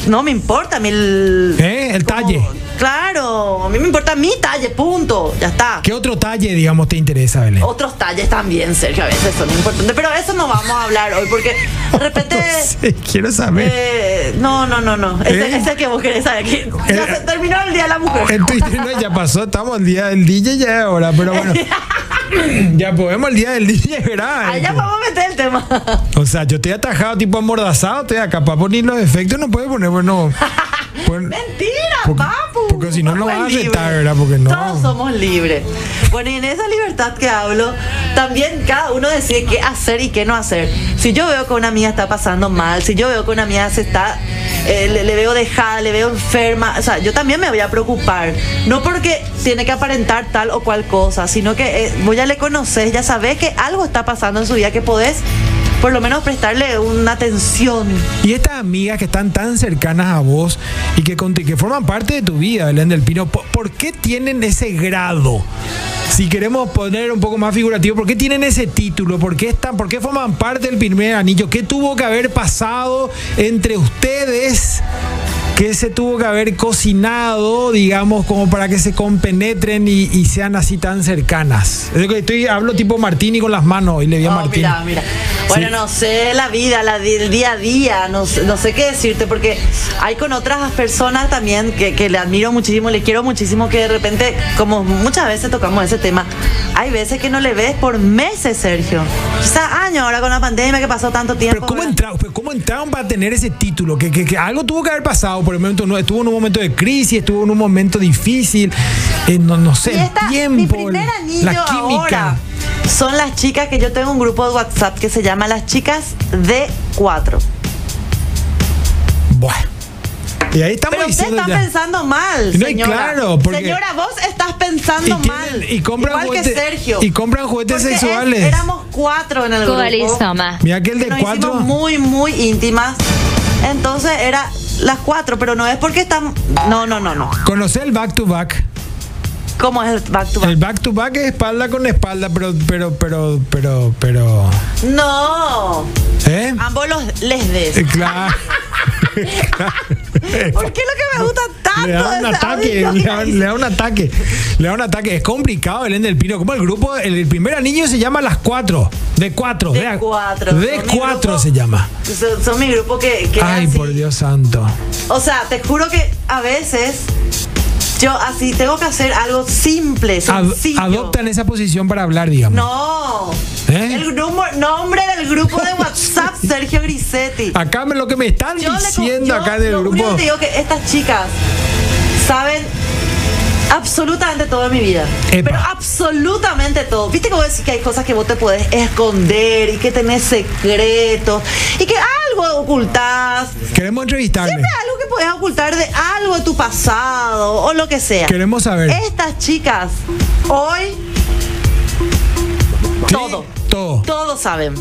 Speaker 1: No me importa a mí el.
Speaker 2: ¿Eh? El
Speaker 1: como-
Speaker 2: talle.
Speaker 1: Claro, a mí me importa mi talle, punto. Ya está.
Speaker 2: ¿Qué otro talle, digamos, te interesa, Belén?
Speaker 1: Otros talles también, Sergio, a veces son importantes. Pero eso no vamos a hablar hoy porque
Speaker 2: *laughs*
Speaker 1: de repente.
Speaker 2: No sé, quiero saber.
Speaker 1: eh, no, no, no, no. Ese,
Speaker 2: ¿Eh?
Speaker 1: ese que vos querés saber. que ya
Speaker 2: Eh.
Speaker 1: se terminó el Día de la Mujer.
Speaker 2: El Twitter no, ya pasó, estamos el día del DJ ya es hora, pero
Speaker 1: *laughs*
Speaker 2: bueno. Ya podemos el día del DJ, ¿verdad?
Speaker 1: Allá vamos a meter el tema. *laughs*
Speaker 2: O sea, yo estoy atajado, tipo amordazado, estoy acá para poner los efectos, no puede poner, bueno. Pues-
Speaker 1: Mentira,
Speaker 2: porque-
Speaker 1: papu.
Speaker 2: porque si no, no
Speaker 1: Papu
Speaker 2: vas a
Speaker 1: es libre.
Speaker 2: aceptar, ¿verdad? Porque no.
Speaker 1: Todos somos libres. Bueno, y en esa libertad que hablo, también cada uno decide qué hacer y qué no hacer. Si yo veo que una amiga está pasando mal, si yo veo que una amiga se está, eh, le, le veo dejada, le veo enferma, o sea, yo también me voy a preocupar. No porque tiene que aparentar tal o cual cosa, sino que eh, vos ya le conoces, ya sabés que algo está pasando en su vida que podés por lo menos prestarle una atención.
Speaker 2: Y estas amigas que están tan cercanas a vos y que, conti- que forman parte de tu vida, Belén del Pino, ¿po- ¿por qué tienen ese grado? Si queremos poner un poco más figurativo, ¿por qué tienen ese título? ¿Por qué, están, ¿Por qué forman parte del primer anillo? ¿Qué tuvo que haber pasado entre ustedes? ¿Qué se tuvo que haber cocinado, digamos, como para que se compenetren y, y sean así tan cercanas? Es lo que Estoy, hablo tipo Martini con las manos y le vi a
Speaker 1: No,
Speaker 2: Martini.
Speaker 1: Ah, mira, mira. Bueno,
Speaker 2: Sí.
Speaker 1: no sé la vida, la, di- el día a día, no, sé- no sé qué decirte, porque hay con otras personas también que, que le admiro muchísimo, le quiero muchísimo, que de repente, como muchas veces tocamos ese tema, hay veces que no le ves por meses, Sergio. Quizá años ahora con la pandemia que pasó tanto tiempo.
Speaker 2: Pero ¿cómo
Speaker 1: ¿verdad?
Speaker 2: entraron, pero cómo entraron para tener ese título? Que, que- que algo tuvo que haber pasado, por el momento, no, estuvo en un momento de crisis, estuvo en un momento difícil, eh, no, no sé,
Speaker 1: Y esta,
Speaker 2: el tiempo,
Speaker 1: mi primer anillo
Speaker 2: la química.
Speaker 1: ahora son las chicas que yo tengo un grupo de WhatsApp que se llama Las Chicas de Cuatro.
Speaker 2: Bueno. Y ahí estamos
Speaker 1: Pero usted
Speaker 2: diciendo
Speaker 1: está
Speaker 2: ya.
Speaker 1: pensando mal,
Speaker 2: No, y
Speaker 1: señora.
Speaker 2: claro, porque-
Speaker 1: Señora, vos estás pensando
Speaker 2: Y tienen-
Speaker 1: mal.
Speaker 2: y compran
Speaker 1: Igual
Speaker 2: juguete-
Speaker 1: que Sergio.
Speaker 2: y compran juguetes
Speaker 1: Porque es-
Speaker 2: sexuales.
Speaker 1: éramos cuatro en el grupo.
Speaker 4: Cubalizoma.
Speaker 2: Mira que el de
Speaker 1: Nos
Speaker 2: cuatro.
Speaker 1: hicimos muy, muy íntimas. Entonces era las cuatro, pero no es porque están... No, no, no, no.
Speaker 2: Conocer el back to back.
Speaker 1: ¿Cómo es el back to back?
Speaker 2: El back to back es espalda con espalda, pero, pero, pero, pero, pero.
Speaker 1: No.
Speaker 2: ¿Eh?
Speaker 1: Ambos los les des.
Speaker 2: Eh, Claro.
Speaker 1: *laughs* ¿Por qué es lo que me gusta tanto?
Speaker 2: Eh, Le da un
Speaker 1: de ese
Speaker 2: ataque,
Speaker 1: audio?
Speaker 2: le da, le da un ataque, le da un ataque. Es complicado Belén del Pino. Como el grupo, el, el primer anillo se llama Las Cuatro. De cuatro.
Speaker 1: De
Speaker 2: vea.
Speaker 1: cuatro.
Speaker 2: De
Speaker 1: Son mi
Speaker 2: cuatro
Speaker 1: grupo-
Speaker 2: se llama.
Speaker 1: Son, son mi grupo que... que es
Speaker 2: Ay,
Speaker 1: así.
Speaker 2: por Dios santo.
Speaker 1: O sea, te juro que a veces yo así tengo que hacer algo simple,
Speaker 2: Ad-
Speaker 1: sencillo.
Speaker 2: adoptan esa posición para hablar, digamos.
Speaker 1: No.
Speaker 2: ¿Eh?
Speaker 1: El grumo- nombre del grupo de
Speaker 2: *laughs*
Speaker 1: WhatsApp, Sergio Grisetti.
Speaker 2: Acá me- lo que me están
Speaker 1: Yo le con-
Speaker 2: Ah, diciendo
Speaker 1: yo
Speaker 2: acá en el
Speaker 1: lo único
Speaker 2: grupo.
Speaker 1: que te digo que estas chicas saben absolutamente todo de mi vida.
Speaker 2: Epa.
Speaker 1: Pero absolutamente todo. Viste cómo decís que hay cosas que vos te podés esconder y que tenés secretos y que algo ocultás.
Speaker 2: Queremos entrevistarle.
Speaker 1: Siempre algo que puedes ocultar de algo de tu pasado o lo que sea.
Speaker 2: Queremos saber.
Speaker 1: Estas chicas hoy
Speaker 2: Sí,
Speaker 1: todo.
Speaker 2: Todo.
Speaker 1: todos saben.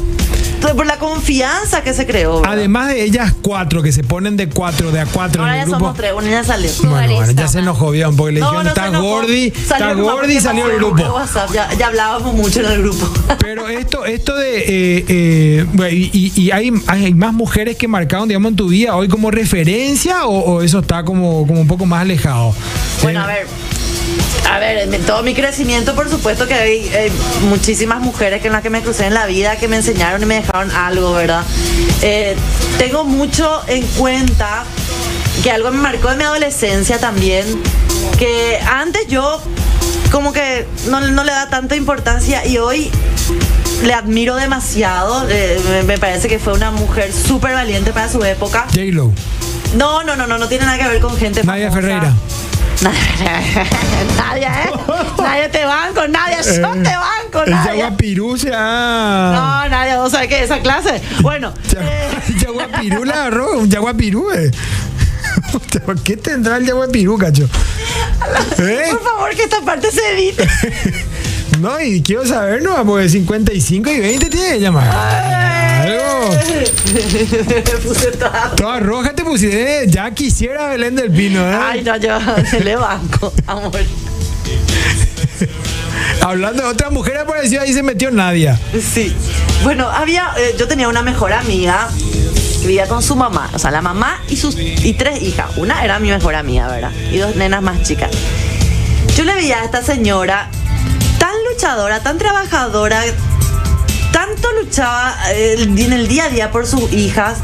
Speaker 1: Por la confianza que se creó. ¿verdad?
Speaker 2: Además de ellas cuatro que se ponen de cuatro, de a cuatro
Speaker 1: Ahora
Speaker 2: en
Speaker 1: ya
Speaker 2: el grupo.
Speaker 1: somos tres, una ya salió.
Speaker 2: Bueno, bueno, ya se enojó bien porque le
Speaker 1: No,
Speaker 2: dijeron,
Speaker 1: no se
Speaker 2: estás
Speaker 1: enojó.
Speaker 2: gordi,
Speaker 1: Salió
Speaker 2: estás
Speaker 1: el grupo,
Speaker 2: gordi y
Speaker 1: ¿qué
Speaker 2: salió
Speaker 1: pasó
Speaker 2: el
Speaker 1: en
Speaker 2: grupo.
Speaker 1: WhatsApp? Ya, ya hablábamos mucho en el grupo.
Speaker 2: Pero esto, esto de eh, eh, bueno, y, y- y hay, hay más mujeres que marcaron, digamos, en tu vida hoy como referencia o, o eso está como, como un poco más alejado.
Speaker 1: Bueno,
Speaker 2: Eh,
Speaker 1: a ver. A ver, en todo mi crecimiento, por supuesto que hay eh, muchísimas mujeres con las que me crucé en la vida que me enseñaron y me dejaron algo, ¿verdad? Eh, tengo mucho en cuenta que algo me marcó en mi adolescencia también, que antes yo como que no, no le da tanta importancia y hoy le admiro demasiado, eh, me- me parece que fue una mujer súper valiente para su época.
Speaker 2: J-Lo.
Speaker 1: No, no, no, no, no tiene nada que ver con gente
Speaker 2: Nadia
Speaker 1: famosa.
Speaker 2: Ferreira.
Speaker 1: *laughs* Nadia, ¿eh? Nadia te banco, Nadia, yo te banco,
Speaker 2: El
Speaker 1: Nadia.
Speaker 2: Yaguapirú se ha-
Speaker 1: No, Nadia, vos sabés qué esa clase. Bueno,
Speaker 2: Ya-
Speaker 1: eh,
Speaker 2: *laughs* Yaguapirú la agarró, un Yaguapirú, eh. *laughs* ¿Qué tendrá el Yaguapirú,
Speaker 1: *laughs*
Speaker 2: cacho? ¿Eh?
Speaker 1: por favor que esta parte se edite.
Speaker 2: No, y quiero saber, no, porque 55 y 20 tiene que llamar. Algo.
Speaker 1: *laughs* Me puse toda.
Speaker 2: Toda roja te pusiste. eh, Ya quisiera Belén del Pino, ¿eh?
Speaker 1: Ay, no, yo *laughs* le banco, amor.
Speaker 2: Hablando de otra mujer apareció ahí se metió Nadia.
Speaker 1: Sí. Bueno, había, eh, yo tenía una mejor amiga. que Vivía con su mamá, o sea, la mamá y sus y tres hijas. Una era mi mejor amiga, ¿verdad? Y dos nenas más chicas. Yo le veía a esta señora tan luchadora, tan trabajadora, tanto luchaba eh, en el día a día por sus hijas,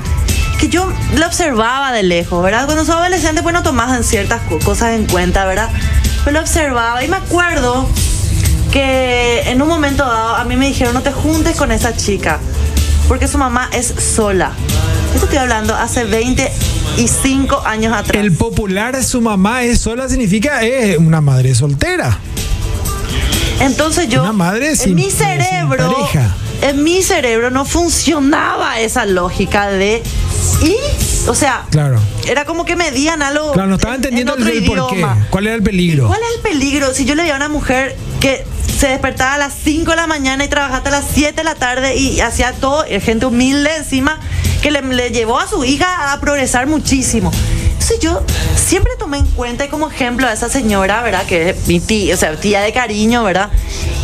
Speaker 1: que yo la observaba de lejos, ¿verdad? Cuando sos adolescente, pues no tomás en ciertas co- cosas en cuenta, ¿verdad? Pero la observaba y me acuerdo que en un momento dado a mí me dijeron, no te juntes con esa chica, porque su mamá es sola. Esto estoy hablando hace 20 y cinco años atrás.
Speaker 2: El popular su mamá es sola significa es una madre soltera.
Speaker 1: Entonces yo,
Speaker 2: Una madre sin-
Speaker 1: en mi
Speaker 2: sin
Speaker 1: cerebro,
Speaker 2: pareja.
Speaker 1: en mi cerebro no funcionaba esa lógica de y, o sea,
Speaker 2: Claro.
Speaker 1: era como que me dían algo.
Speaker 2: Claro, no estaba
Speaker 1: en- en
Speaker 2: entendiendo el,
Speaker 1: otro
Speaker 2: el porqué.
Speaker 1: idioma.
Speaker 2: ¿Cuál era el peligro?
Speaker 1: ¿Cuál es el peligro si yo le digo a una mujer que se despertaba a las 5 de la mañana y trabajaba hasta las 7 de la tarde y hacía todo, eh, gente humilde encima, que le, le llevó a su hija a progresar muchísimo? Entonces yo siempre tomé en cuenta y como ejemplo a esa señora, ¿verdad? Que es mi tía, o sea, tía de cariño, ¿verdad?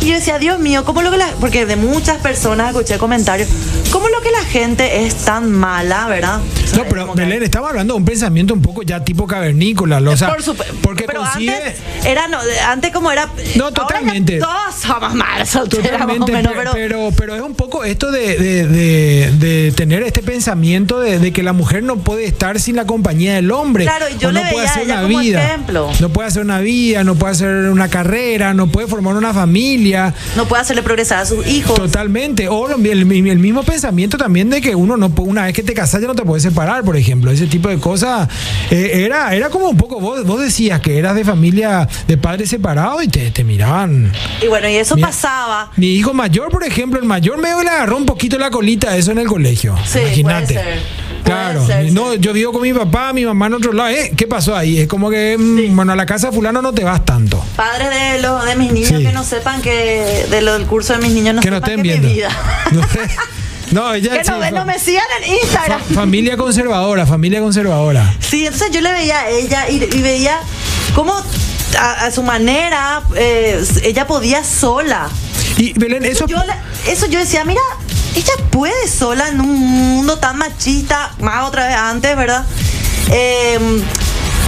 Speaker 1: Y yo decía, Dios mío, ¿cómo lo que la... Porque de muchas personas escuché comentarios, ¿cómo lo que la gente es tan mala, ¿verdad? O sea,
Speaker 2: No,
Speaker 1: es
Speaker 2: pero
Speaker 1: como que-
Speaker 2: Belén, estaba hablando de un pensamiento un poco ya tipo cavernícola. O sea,
Speaker 1: Eh, por supuesto.
Speaker 2: porque
Speaker 1: pero
Speaker 2: concibe-
Speaker 1: antes era no, de- antes como era
Speaker 2: No,
Speaker 1: ahora ya
Speaker 2: totalmente.
Speaker 1: todos somos madres solteras más o
Speaker 2: Totalmente,
Speaker 1: menos,
Speaker 2: pero,
Speaker 1: pero,
Speaker 2: pero, pero es un poco esto de, de- de- de tener este pensamiento de, de que la mujer no puede estar sin la compañía del hombre.
Speaker 1: Claro, y yo
Speaker 2: o
Speaker 1: le
Speaker 2: no puede
Speaker 1: veía a
Speaker 2: hacer
Speaker 1: ella
Speaker 2: una
Speaker 1: como
Speaker 2: vida.
Speaker 1: ejemplo.
Speaker 2: No puede hacer una vida, no puede hacer una carrera, no puede formar una familia.
Speaker 1: no puede hacerle progresar a sus hijos.
Speaker 2: Totalmente. O lo- el, el mismo pensamiento también de que uno no po- una vez que te casas ya no te puedes separar, por ejemplo. Ese tipo de cosas eh, era, era como un poco, vos, vos decías que eras de familia de padres separados y te, te miraban.
Speaker 1: Y bueno, y eso
Speaker 2: Mira.
Speaker 1: pasaba.
Speaker 2: Mi hijo mayor, por ejemplo, el mayor medio le agarró un poquito la colita a eso en el colegio.
Speaker 1: Sí,
Speaker 2: Imagínate.
Speaker 1: puede ser.
Speaker 2: Claro,
Speaker 1: Puede ser,
Speaker 2: no,
Speaker 1: sí.
Speaker 2: yo vivo con mi papá, mi mamá en otro lado. Eh, ¿Qué pasó ahí? Es como que, mm, bueno, a la casa de fulano no te vas tanto.
Speaker 1: Padres de los de mis niños
Speaker 2: Sí.
Speaker 1: que no sepan que de lo del curso de mis niños no
Speaker 2: que no
Speaker 1: sepan
Speaker 2: estén
Speaker 1: que
Speaker 2: viendo. eh,
Speaker 1: mi
Speaker 2: *laughs*
Speaker 1: vida. *laughs*
Speaker 2: no, ella
Speaker 1: que
Speaker 2: sí,
Speaker 1: no, ve-
Speaker 2: fa-
Speaker 1: no me sigan en Instagram.
Speaker 2: Fa- Familia conservadora, familia conservadora.
Speaker 1: Sí, entonces yo le veía a ella y, y veía cómo a, a su manera eh, ella podía sola.
Speaker 2: Y Belén, eso.
Speaker 1: yo la- eso yo decía, mira, ella puede sola en un mundo tan machista, más otra vez antes, ¿verdad? Eh,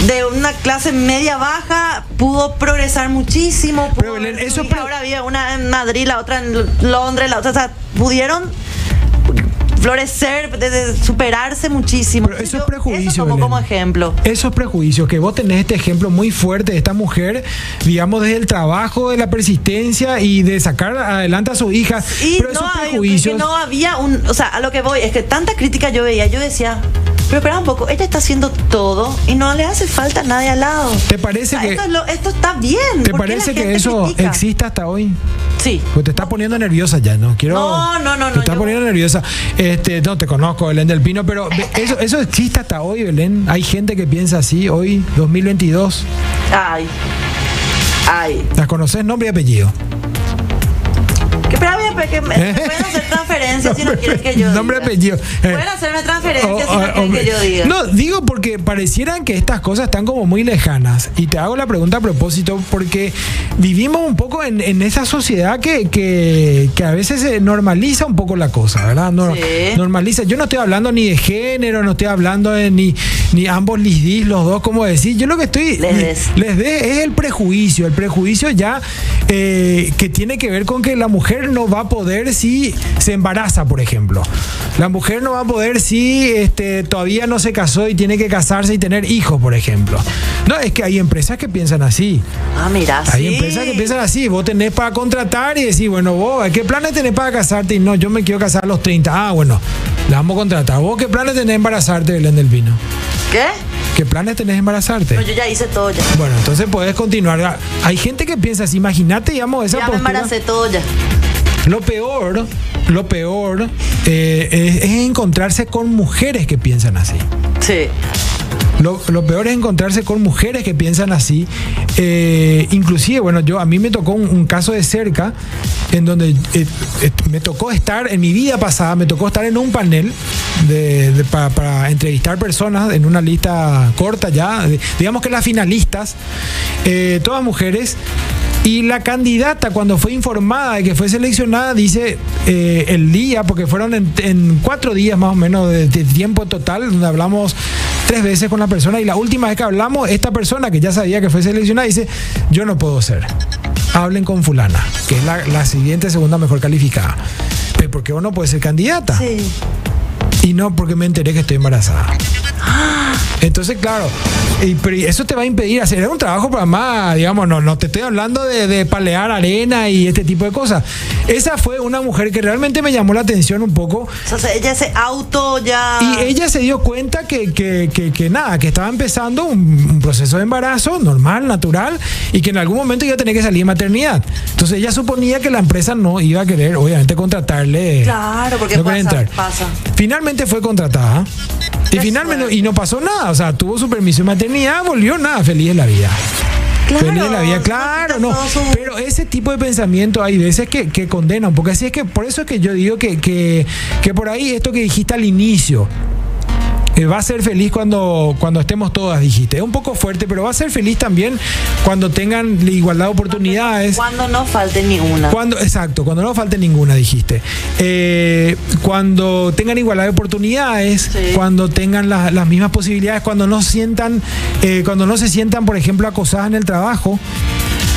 Speaker 1: de una clase media baja, pudo progresar muchísimo.
Speaker 2: Pero,
Speaker 1: pudo-
Speaker 2: Belén,
Speaker 1: su
Speaker 2: eso
Speaker 1: hija
Speaker 2: pro-
Speaker 1: ahora vive una en Madrid, la otra en Londres, la otra, o sea, pudieron florecer, de- de superarse muchísimo.
Speaker 2: Pero eso
Speaker 1: Yo
Speaker 2: es prejuicio,
Speaker 1: tomo
Speaker 2: Belén.
Speaker 1: como ejemplo.
Speaker 2: Esos prejuicios, que vos tenés este ejemplo muy fuerte de esta mujer, digamos, desde el trabajo, de la persistencia y de sacar adelante a su hija.
Speaker 1: Y
Speaker 2: pero
Speaker 1: no,
Speaker 2: esos
Speaker 1: había- que-
Speaker 2: prejuicios.
Speaker 1: que no había un. O sea, a lo que voy es que tanta crítica yo veía, yo decía, pero espera un poco, ella está haciendo todo y no le hace falta a nadie al lado.
Speaker 2: ¿Te
Speaker 1: O
Speaker 2: parece
Speaker 1: sea,
Speaker 2: que,
Speaker 1: esto, es lo- esto está bien.
Speaker 2: ¿te
Speaker 1: ¿por qué la
Speaker 2: parece que
Speaker 1: gente
Speaker 2: eso
Speaker 1: critica?
Speaker 2: existe hasta hoy?
Speaker 1: Sí.
Speaker 2: Pues te estás poniendo nerviosa ya, ¿no? Quiero,
Speaker 1: No, no, no,
Speaker 2: Te
Speaker 1: no,
Speaker 2: estás
Speaker 1: yo-
Speaker 2: poniendo nerviosa. Este, no, te conozco, Belén del Pino, pero ve- eso, eso existe hasta hoy, Belén. Hay gente que piensa así hoy, 2022.
Speaker 1: Ay. Ay.
Speaker 2: Las conoces nombre y apellido.
Speaker 1: Que, espera, voy a- que me- me
Speaker 2: ¿Eh?
Speaker 1: pueden hacer transferencias si no
Speaker 2: Nombre,
Speaker 1: quieren que yo
Speaker 2: *laughs* Nombre,
Speaker 1: diga.
Speaker 2: apellido. Eh.
Speaker 1: Pueden hacerme transferencias
Speaker 2: O-
Speaker 1: si no
Speaker 2: o-
Speaker 1: quieren que
Speaker 2: o-
Speaker 1: yo diga.
Speaker 2: No, digo porque parecieran que estas cosas están como muy lejanas. Y te hago la pregunta a propósito porque vivimos un poco en, en esa sociedad que, que, que a veces se normaliza un poco la cosa, ¿verdad? No-
Speaker 1: Sí.
Speaker 2: Normaliza. Yo no estoy hablando ni de género, no estoy hablando de ni, ni ambos les dis, los dos, como decir. Yo lo que estoy...
Speaker 1: Les des.
Speaker 2: Les des es el prejuicio. El prejuicio ya eh, que tiene que ver con que la mujer no va a poder si se embaraza, por ejemplo. La mujer no va a poder si este, todavía no se casó y tiene que casarse y tener hijos, por ejemplo. No, es que hay empresas que piensan así.
Speaker 1: Ah, mira.
Speaker 2: Hay
Speaker 1: sí.
Speaker 2: empresas que piensan así. Vos tenés para contratar y decís, bueno, vos, ¿qué planes tenés para casarte? Y no, yo me quiero casar a los 30. Ah, bueno, la vamos a contratar. ¿Vos qué planes tenés embarazarte, Belén del Pino?
Speaker 1: ¿Qué?
Speaker 2: ¿Qué planes tenés embarazarte?
Speaker 1: No, yo ya hice todo ya.
Speaker 2: Bueno, entonces puedes continuar. Ah, Hay gente que piensa así, imagínate, digamos, esa
Speaker 1: Ya me
Speaker 2: postura.
Speaker 1: embaracé todo ya.
Speaker 2: Lo peor, lo peor eh, es, es encontrarse con mujeres que piensan así.
Speaker 1: Sí.
Speaker 2: Lo, lo peor es encontrarse con mujeres que piensan así. Eh, inclusive, bueno, yo a mí me tocó un, un caso de cerca en donde eh, eh, me tocó estar, en mi vida pasada, me tocó estar en un panel de, de- pa- para entrevistar personas en una lista corta ya, de- digamos que las finalistas, eh, todas mujeres. Y la candidata, cuando fue informada de que fue seleccionada, dice eh, el día, porque fueron en, en cuatro días más o menos de, de tiempo total, donde hablamos tres veces con la persona. Y la última vez que hablamos, esta persona que ya sabía que fue seleccionada dice: Yo no puedo ser. Hablen con Fulana, que es la, la siguiente segunda mejor calificada. Pero porque vos no puedes ser candidata.
Speaker 1: Sí.
Speaker 2: Y no porque me enteré que estoy embarazada. Entonces, claro, y, pero eso te va a impedir hacer un trabajo para más, digamos, no, no te estoy hablando de, de palear arena y este tipo de cosas. Esa fue una mujer que realmente me llamó la atención un poco.
Speaker 1: O sea, ella ese auto ya.
Speaker 2: Y ella se dio cuenta que, que, que- que nada, que estaba empezando un, un proceso de embarazo normal, natural, y que en algún momento iba a tener que salir de maternidad. Entonces ella suponía que la empresa no iba a querer, obviamente, contratarle.
Speaker 1: Claro, porque
Speaker 2: quería
Speaker 1: pasa, pasa.
Speaker 2: Finalmente fue contratada. Y
Speaker 1: Qué
Speaker 2: finalmente,
Speaker 1: suerte.
Speaker 2: y no pasó nada. O sea, tuvo su permiso de maternidad, volvió nada, feliz en la vida.
Speaker 1: Claro,
Speaker 2: Feliz en la vida,
Speaker 1: se
Speaker 2: claro,
Speaker 1: quita
Speaker 2: no.
Speaker 1: todo su-
Speaker 2: Pero ese tipo de pensamiento hay veces que, que condenan, porque así es que, por eso es que yo digo que, que, que por ahí esto que dijiste al inicio, eh, va a ser feliz cuando, cuando estemos todas, dijiste. Es un poco fuerte, pero va a ser feliz también cuando tengan la igualdad de oportunidades.
Speaker 1: Cuando no falte ni una.
Speaker 2: Cuando, exacto, cuando no falte ninguna, dijiste. Eh, cuando tengan igualdad de oportunidades,
Speaker 1: Sí.
Speaker 2: cuando tengan la- las mismas posibilidades, cuando no sientan, eh, cuando no se sientan, por ejemplo, acosadas en el trabajo.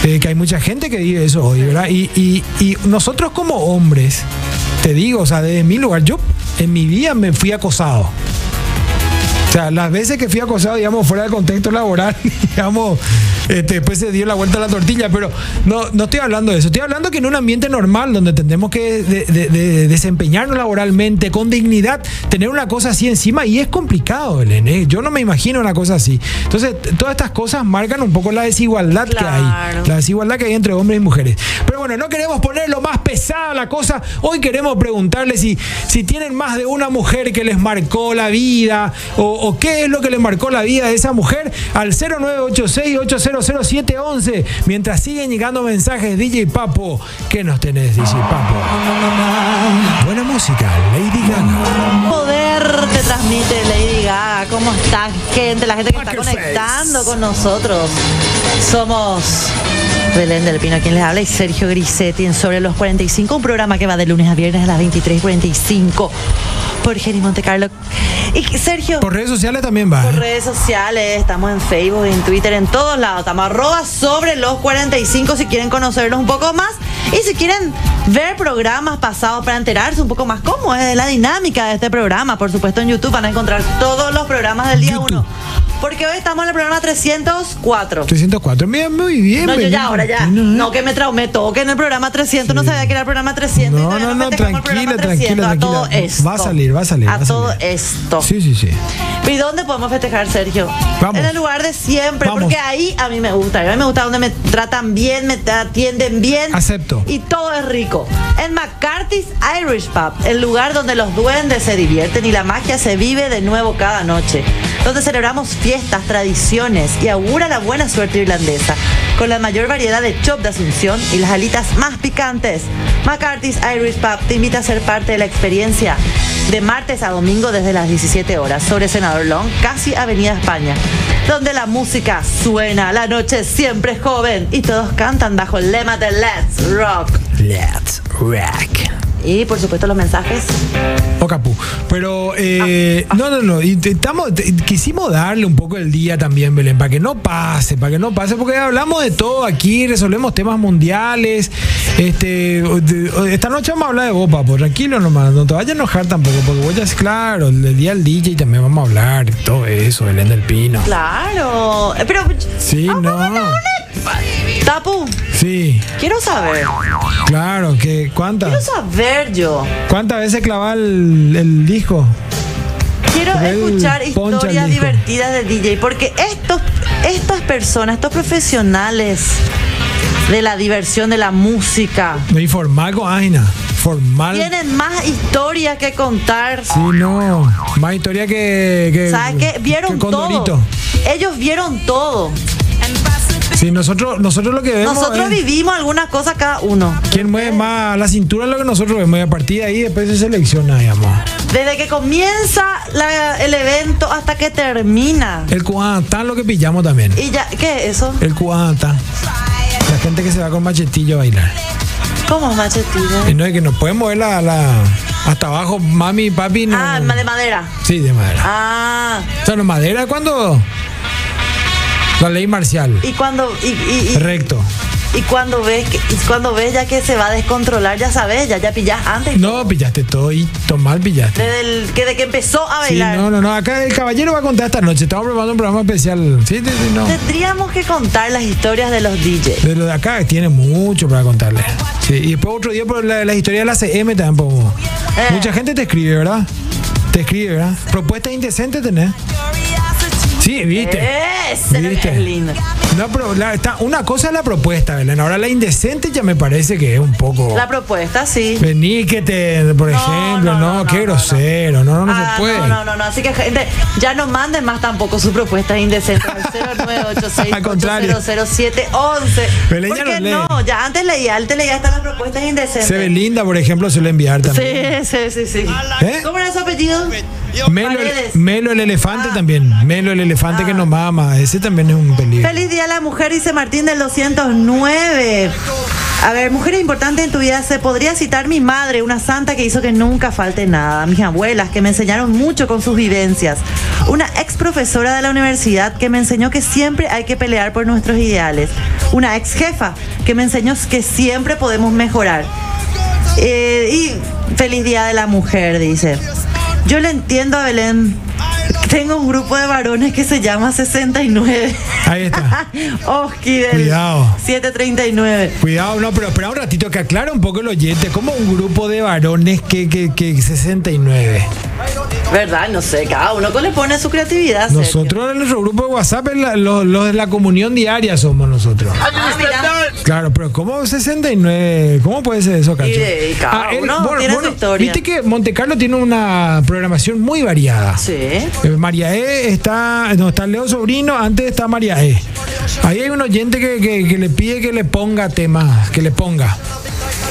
Speaker 2: eh, que hay mucha gente que vive eso hoy, ¿verdad? Y, y- y nosotros como hombres, te digo, o sea, desde mi lugar, yo en mi vida me fui acosado. O sea, las veces que fui acosado, digamos, fuera del contexto laboral, *laughs* digamos, este, después se dio la vuelta a la tortilla, pero no, no estoy hablando de eso. Estoy hablando que en un ambiente normal, donde tendremos que de- de- de- desempeñarnos laboralmente con dignidad, tener una cosa así encima, y es complicado, Belén. ¿eh? Yo no me imagino una cosa así. Entonces, t- todas estas cosas marcan un poco la desigualdad que hay.
Speaker 1: Claro.
Speaker 2: La desigualdad que hay entre hombres y mujeres. Pero bueno, no queremos ponerlo más pesada la cosa. Hoy queremos preguntarles si, si tienen más de una mujer que les marcó la vida o, o qué es lo que les marcó la vida de esa mujer al 0986-800711. Mientras siguen llegando mensajes, DJ Papo, ¿qué nos tenés, DJ Papo? Buena música, Lady Gaga.
Speaker 1: poder te transmite Lady Gaga. ¿Cómo está gente? La gente que está
Speaker 2: Poker face.
Speaker 1: conectando con nosotros. Somos Belén del Pino, quien les habla, y Sergio Grisetti en Sobre los 45, un programa que va de lunes a viernes a las 23.45 por Geni Monte Carlo. Y Sergio,
Speaker 2: Por redes sociales también va.
Speaker 1: por
Speaker 2: ¿eh?
Speaker 1: redes sociales, estamos en Facebook, en Twitter, en todos lados. Estamos arroba sobre los 45 si quieren conocernos un poco más y si quieren ver programas pasados para enterarse un poco más cómo es la dinámica de este programa. Por supuesto, en YouTube van a encontrar todos los programas del día
Speaker 2: YouTube.
Speaker 1: 1. Porque hoy estamos en el programa 304.
Speaker 2: 304. Mira, muy bien.
Speaker 1: No, yo
Speaker 2: Belén
Speaker 1: ya, ahora ya.
Speaker 2: Martino, ¿eh?
Speaker 1: No, que me traumé todo, que en el programa 300 no sabía que era el programa 300. y
Speaker 2: No,
Speaker 1: todavía
Speaker 2: no, no,
Speaker 1: festejamos el
Speaker 2: tranquila,
Speaker 1: programa
Speaker 2: tranquila,
Speaker 1: 300, a todo
Speaker 2: tranquila.
Speaker 1: esto.
Speaker 2: Va a salir, va a salir,
Speaker 1: A
Speaker 2: va a
Speaker 1: todo
Speaker 2: salir.
Speaker 1: esto.
Speaker 2: Sí, sí, sí.
Speaker 1: ¿Y dónde podemos festejar, Sergio?
Speaker 2: Vamos.
Speaker 1: En el lugar de siempre,
Speaker 2: Vamos.
Speaker 1: porque ahí a mí me gusta. A mí me gusta donde me tratan bien, me atienden bien.
Speaker 2: Acepto.
Speaker 1: Y todo es rico. En McCarthy's Irish Pub, el lugar donde los duendes se divierten y la magia se vive de nuevo cada noche. Donde celebramos fiestas, tradiciones y augura la buena suerte irlandesa. Con la mayor variedad de chop de Asunción y las alitas más picantes. McCarthy's Irish Pub te invita a ser parte de la experiencia de martes a domingo desde las 17 horas sobre Senador Long, casi Avenida España, donde la música suena, la noche siempre es joven y todos cantan bajo el lema de Let's Rock.
Speaker 2: Let's rock.
Speaker 1: Y por supuesto los mensajes.
Speaker 2: O Capu. Pero, eh, no, no, no. Intentamos, te- quisimos darle un poco el día también, Belén, para que no pase, para que no pase, porque hablamos de todo aquí, resolvemos temas mundiales. Este, o- de- o- esta noche vamos a hablar de vos, papo. Tranquilo nomás, no te vayas a enojar tampoco, porque vos ya es claro, el del día al DJ también vamos a hablar, y todo eso, Belén del Pino.
Speaker 1: Claro. Eh, Pero
Speaker 2: Sí, no.
Speaker 1: Tapu,
Speaker 2: Sí,
Speaker 1: quiero saber.
Speaker 2: claro, que
Speaker 1: Quiero
Speaker 2: ¿cuántas?
Speaker 1: saber yo.
Speaker 2: ¿Cuántas veces clavaba el, el disco?
Speaker 1: Quiero
Speaker 2: Porque él
Speaker 1: escuchar
Speaker 2: poncha el
Speaker 1: historias
Speaker 2: disco.
Speaker 1: divertidas de DJ, porque estos, estas personas, estos profesionales de la diversión, de la música,
Speaker 2: No, y formal con Aina. Formal.
Speaker 1: tienen más historias que contar.
Speaker 2: Sí, no. Más historia que. que
Speaker 1: ¿Sabes qué? Vieron
Speaker 2: que con Dorito.
Speaker 1: todo. Ellos vieron todo.
Speaker 2: Sí, nosotros, nosotros lo que vemos.
Speaker 1: Nosotros
Speaker 2: es
Speaker 1: vivimos algunas cosas cada uno.
Speaker 2: ¿Quién mueve más la cintura? es Lo que nosotros vemos. Y a partir de ahí después se selecciona, digamos.
Speaker 1: Desde que comienza la- el evento hasta que termina.
Speaker 2: El cuata, lo que pillamos también.
Speaker 1: Y ya, ¿qué es eso?
Speaker 2: El cuata. La gente que se va con machetillo a bailar.
Speaker 1: ¿Cómo es machetillo?
Speaker 2: Y no es que nos pueden mover la, la- hasta abajo, mami, papi. No.
Speaker 1: Ah, de madera.
Speaker 2: Sí, de madera.
Speaker 1: Ah.
Speaker 2: O sea, no, madera cuando. La ley marcial.
Speaker 1: Y cuando. Y, y- y-
Speaker 2: Recto.
Speaker 1: y cuando ves que- y cuando ves ya que se va a descontrolar, ya sabes, ya, ya pillás antes.
Speaker 2: No, pillaste todo y tomar pillaste.
Speaker 1: Desde el, que de que empezó a
Speaker 2: Sí,
Speaker 1: bailar.
Speaker 2: no, no, no. Acá el caballero va a contar esta noche. Estamos preparando un programa especial. Sí, sí, sí, no.
Speaker 1: Tendríamos que contar las historias de los DJs.
Speaker 2: De lo de acá tiene mucho para contarle. Sí, y después otro día por la, la historia de la CM tampoco.
Speaker 1: Eh.
Speaker 2: Mucha gente te escribe, ¿verdad? Te escribe, ¿verdad? Propuestas indecentes tenés. Sí, viste.
Speaker 1: Eh. Ese
Speaker 2: ¿Viste?
Speaker 1: es lindo.
Speaker 2: No, pero la- está- una cosa es la propuesta, Belén. Ahora la indecente ya me parece que es un poco.
Speaker 1: La propuesta, sí.
Speaker 2: Vení que te, por
Speaker 1: No,
Speaker 2: ejemplo, no,
Speaker 1: no, no, no,
Speaker 2: qué
Speaker 1: no,
Speaker 2: grosero, no, no, no,
Speaker 1: Ah,
Speaker 2: se puede.
Speaker 1: no, no, no, no. Así que, gente, ya no manden más tampoco sus propuestas indecentes
Speaker 2: *laughs*
Speaker 1: al 0986
Speaker 2: Al contrario.
Speaker 1: 8000711.
Speaker 2: Belén ya
Speaker 1: ¿Por qué
Speaker 2: no lee.
Speaker 1: no, Ya antes leía, antes leía hasta las propuestas indecentes.
Speaker 2: Se ve linda, por ejemplo, suele enviar también.
Speaker 1: Sí, sí, sí, sí.
Speaker 2: ¿Eh?
Speaker 1: ¿Cómo era su apellido?
Speaker 2: Melo,
Speaker 1: Paredes. Ah.
Speaker 2: Melo el elefante también. Melo el elefante que no mama. Ese también es un peligro.
Speaker 1: Feliz Día a la Mujer, dice Martín del 209. A ver, mujeres importantes en tu vida, se podría citar mi madre, una santa que hizo que nunca falte nada, mis abuelas que me enseñaron mucho con sus vivencias, una ex profesora de la universidad que me enseñó que siempre hay que pelear por nuestros ideales, una ex jefa que me enseñó que siempre podemos mejorar. Eh, y feliz día de la mujer, dice. Yo le entiendo a Belén. Tengo un grupo de varones que se llama 69. *laughs*
Speaker 2: Ahí está.
Speaker 1: Oski del
Speaker 2: Cuidado.
Speaker 1: 739.
Speaker 2: Cuidado, no, pero espera un ratito que aclara un poco el oyente. Como un grupo de varones que, que, que 69.
Speaker 1: ¿Verdad? No sé, cada uno le pone su creatividad. Sergio.
Speaker 2: Nosotros en nuestro grupo de WhatsApp, en la- los, los de la comunión diaria somos nosotros.
Speaker 1: Ah, mira.
Speaker 2: Claro, pero ¿cómo 69? ¿Cómo puede ser eso, Cacho? Ah,
Speaker 1: Y de- y cada uno tiene su historia.
Speaker 2: Viste que Monte Carlo tiene una programación muy variada.
Speaker 1: Sí.
Speaker 2: Eh, María E está, no, está Leo Sobrino, antes está María E. Ahí hay un oyente que, que- que le pide que le ponga temas, que le ponga.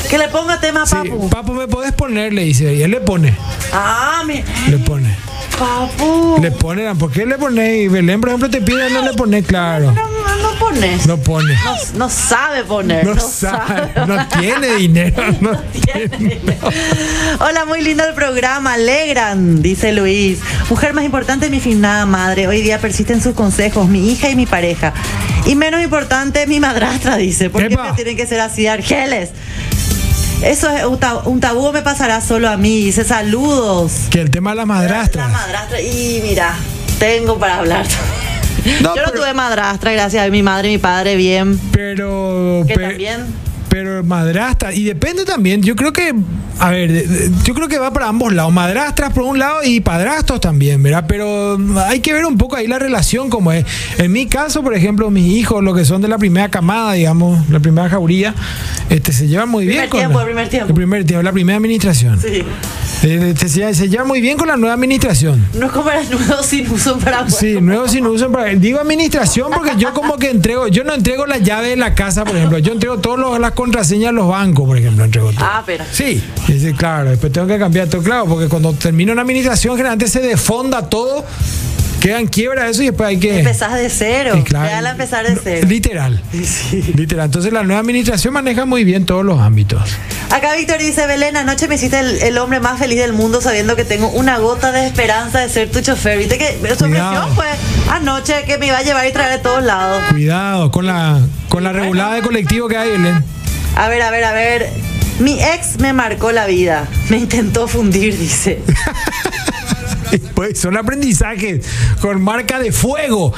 Speaker 1: Que le ponga tema a
Speaker 2: Sí,
Speaker 1: Papu.
Speaker 2: Papo, ¿me podés poner? Le dice, y él le pone,
Speaker 1: Ah, mi.
Speaker 2: le pone.
Speaker 1: Papu.
Speaker 2: Le pone, ¿por qué le pone? Y Belén, por ejemplo, te pide, no le pone, claro.
Speaker 1: No, no, no pones. No.
Speaker 2: No pone.
Speaker 1: no sabe poner.
Speaker 2: No sabe, no tiene dinero. *laughs* no tiene.
Speaker 1: Hola, muy lindo el programa, alegran, dice Luis. Mujer más importante, mi finada madre. Hoy día persisten sus consejos, mi hija y mi pareja. Y menos importante, mi madrastra, dice. ¿Por qué
Speaker 2: Epa.
Speaker 1: me tienen que ser así, Argeles? Eso es un tabú, un tabú o me pasará solo a mí. Dice saludos.
Speaker 2: Que el tema de las
Speaker 1: La
Speaker 2: madrastras.
Speaker 1: madrastra. Y mira, tengo para hablar. *laughs*
Speaker 2: No,
Speaker 1: Yo no
Speaker 2: pero-
Speaker 1: tuve madrastra, gracias a mi madre y mi padre, bien.
Speaker 2: Pero.
Speaker 1: Que
Speaker 2: pe-
Speaker 1: también.
Speaker 2: Pero madrastra, y depende también, yo creo que, a ver, de- de- yo creo que va para ambos lados, madrastras por un lado y padrastros también, ¿verdad? Pero mm, hay que ver un poco ahí la relación como es. En mi caso, por ejemplo, mis hijos, los que son de la primera camada, digamos, la primera jauría, este, se llevan muy
Speaker 1: Primer
Speaker 2: bien.
Speaker 1: tiempo,
Speaker 2: la,
Speaker 1: el primer tiempo.
Speaker 2: El primer tiempo, la primera administración.
Speaker 1: Sí.
Speaker 2: Eh, este, se, se llevan muy bien con la nueva administración.
Speaker 1: No es como el *laughs* nudo sin uso para *laughs*
Speaker 2: Sí, nuevo sin uso para Digo administración porque yo como que entrego, yo no entrego la llave de la casa, por ejemplo. Yo entrego todas las contraseñas de los bancos, por ejemplo, entrego todo.
Speaker 1: Ah, pero.
Speaker 2: Sí, y dice, claro, después tengo que cambiar todo, claro, porque cuando termina una administración generalmente se desfonda todo, quedan quiebra eso y después hay que...
Speaker 1: Empezás de cero.
Speaker 2: y claro,
Speaker 1: Te da la empezar de
Speaker 2: no,
Speaker 1: cero. *laughs*
Speaker 2: Literal. Literal. Entonces la nueva administración maneja muy bien todos los ámbitos.
Speaker 1: Acá Víctor dice, Belén, anoche me hiciste el, el hombre más feliz del mundo sabiendo que tengo una gota de esperanza de ser tu chofer. Viste que su
Speaker 2: Cuidado.
Speaker 1: impresión fue anoche que me iba a llevar y traer de todos lados.
Speaker 2: Cuidado con la, con la regulada de colectivo que hay, Belén.
Speaker 1: A ver, a ver, a ver. Mi ex me marcó la vida. Me intentó fundir, dice.
Speaker 2: *laughs* Pues son aprendizajes con marca de fuego,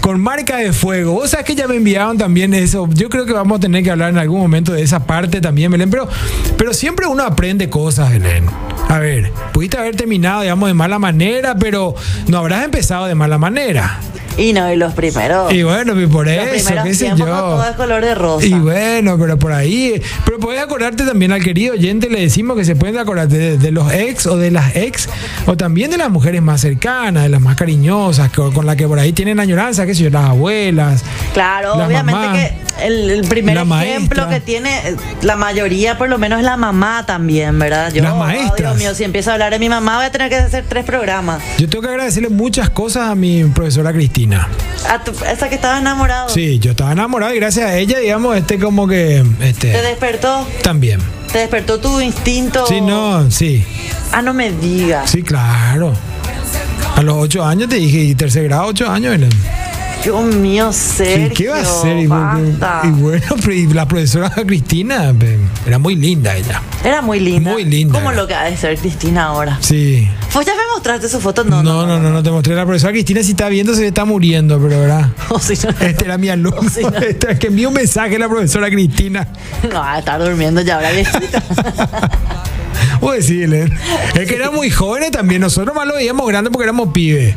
Speaker 2: con marca de fuego. Vos sabés que ya me enviaron también eso. Yo creo que vamos a tener que hablar en algún momento de esa parte también, Belén. Pero, pero siempre uno aprende cosas, Belén. A ver, pudiste haber terminado, digamos, de mala manera, pero no habrás empezado de mala manera.
Speaker 1: Y no, y los primeros.
Speaker 2: Y bueno, y por
Speaker 1: los
Speaker 2: eso,
Speaker 1: primeros
Speaker 2: qué sé
Speaker 1: tiempos
Speaker 2: yo.
Speaker 1: no todo es color de rosa.
Speaker 2: Y bueno, pero por ahí. Pero podés acordarte también al querido oyente, le decimos que se pueden acordar de, de los ex o de las ex, o también de las mujeres más cercanas, de las más cariñosas, que- con las que por ahí tienen añoranza, qué sé yo, las abuelas.
Speaker 1: Claro,
Speaker 2: la
Speaker 1: obviamente
Speaker 2: mamá,
Speaker 1: que el, el primer
Speaker 2: la
Speaker 1: ejemplo
Speaker 2: maestra.
Speaker 1: que tiene eh, la mayoría, por lo menos, es la mamá también, ¿verdad? Yo,
Speaker 2: Las
Speaker 1: oh,
Speaker 2: maestras.
Speaker 1: Dios mío, si empiezo a hablar de mi mamá, voy a tener que hacer tres programas.
Speaker 2: Yo tengo que agradecerle muchas cosas a mi profesora Cristina.
Speaker 1: A tu- esa que estaba enamorado.
Speaker 2: Sí, yo estaba enamorado y gracias a ella, digamos, este como que.
Speaker 1: Te
Speaker 2: Este,
Speaker 1: despertó,
Speaker 2: también.
Speaker 1: te despertó tu instinto.
Speaker 2: Sí, no, sí.
Speaker 1: Ah, no me digas.
Speaker 2: Sí, claro. A los ocho años te dije, y tercer grado, ocho años, Belén.
Speaker 1: Dios mío, Sergio.
Speaker 2: ¿Qué va a hacer? Y,
Speaker 1: basta.
Speaker 2: y bueno, pero y la profesora Cristina pe, era muy linda ella.
Speaker 1: Era muy linda.
Speaker 2: Muy linda.
Speaker 1: Como lo que ha de ser Cristina ahora.
Speaker 2: Sí.
Speaker 1: Pues ya me mostraste su foto, no.
Speaker 2: No, no, no, no, te mostré la profesora Cristina. Si está viendo, se está muriendo, pero verdad.
Speaker 1: O *laughs* si no-
Speaker 2: *laughs* Este era mi alumno. *laughs*
Speaker 1: Sí, no.
Speaker 2: Este, es que envió un mensaje a la profesora Cristina.
Speaker 1: No, va a estar durmiendo ya ahora
Speaker 2: *laughs*
Speaker 1: viejita.
Speaker 2: Vos decirle. Es que eran muy jóvenes también. Nosotros más lo veíamos grande porque éramos pibes.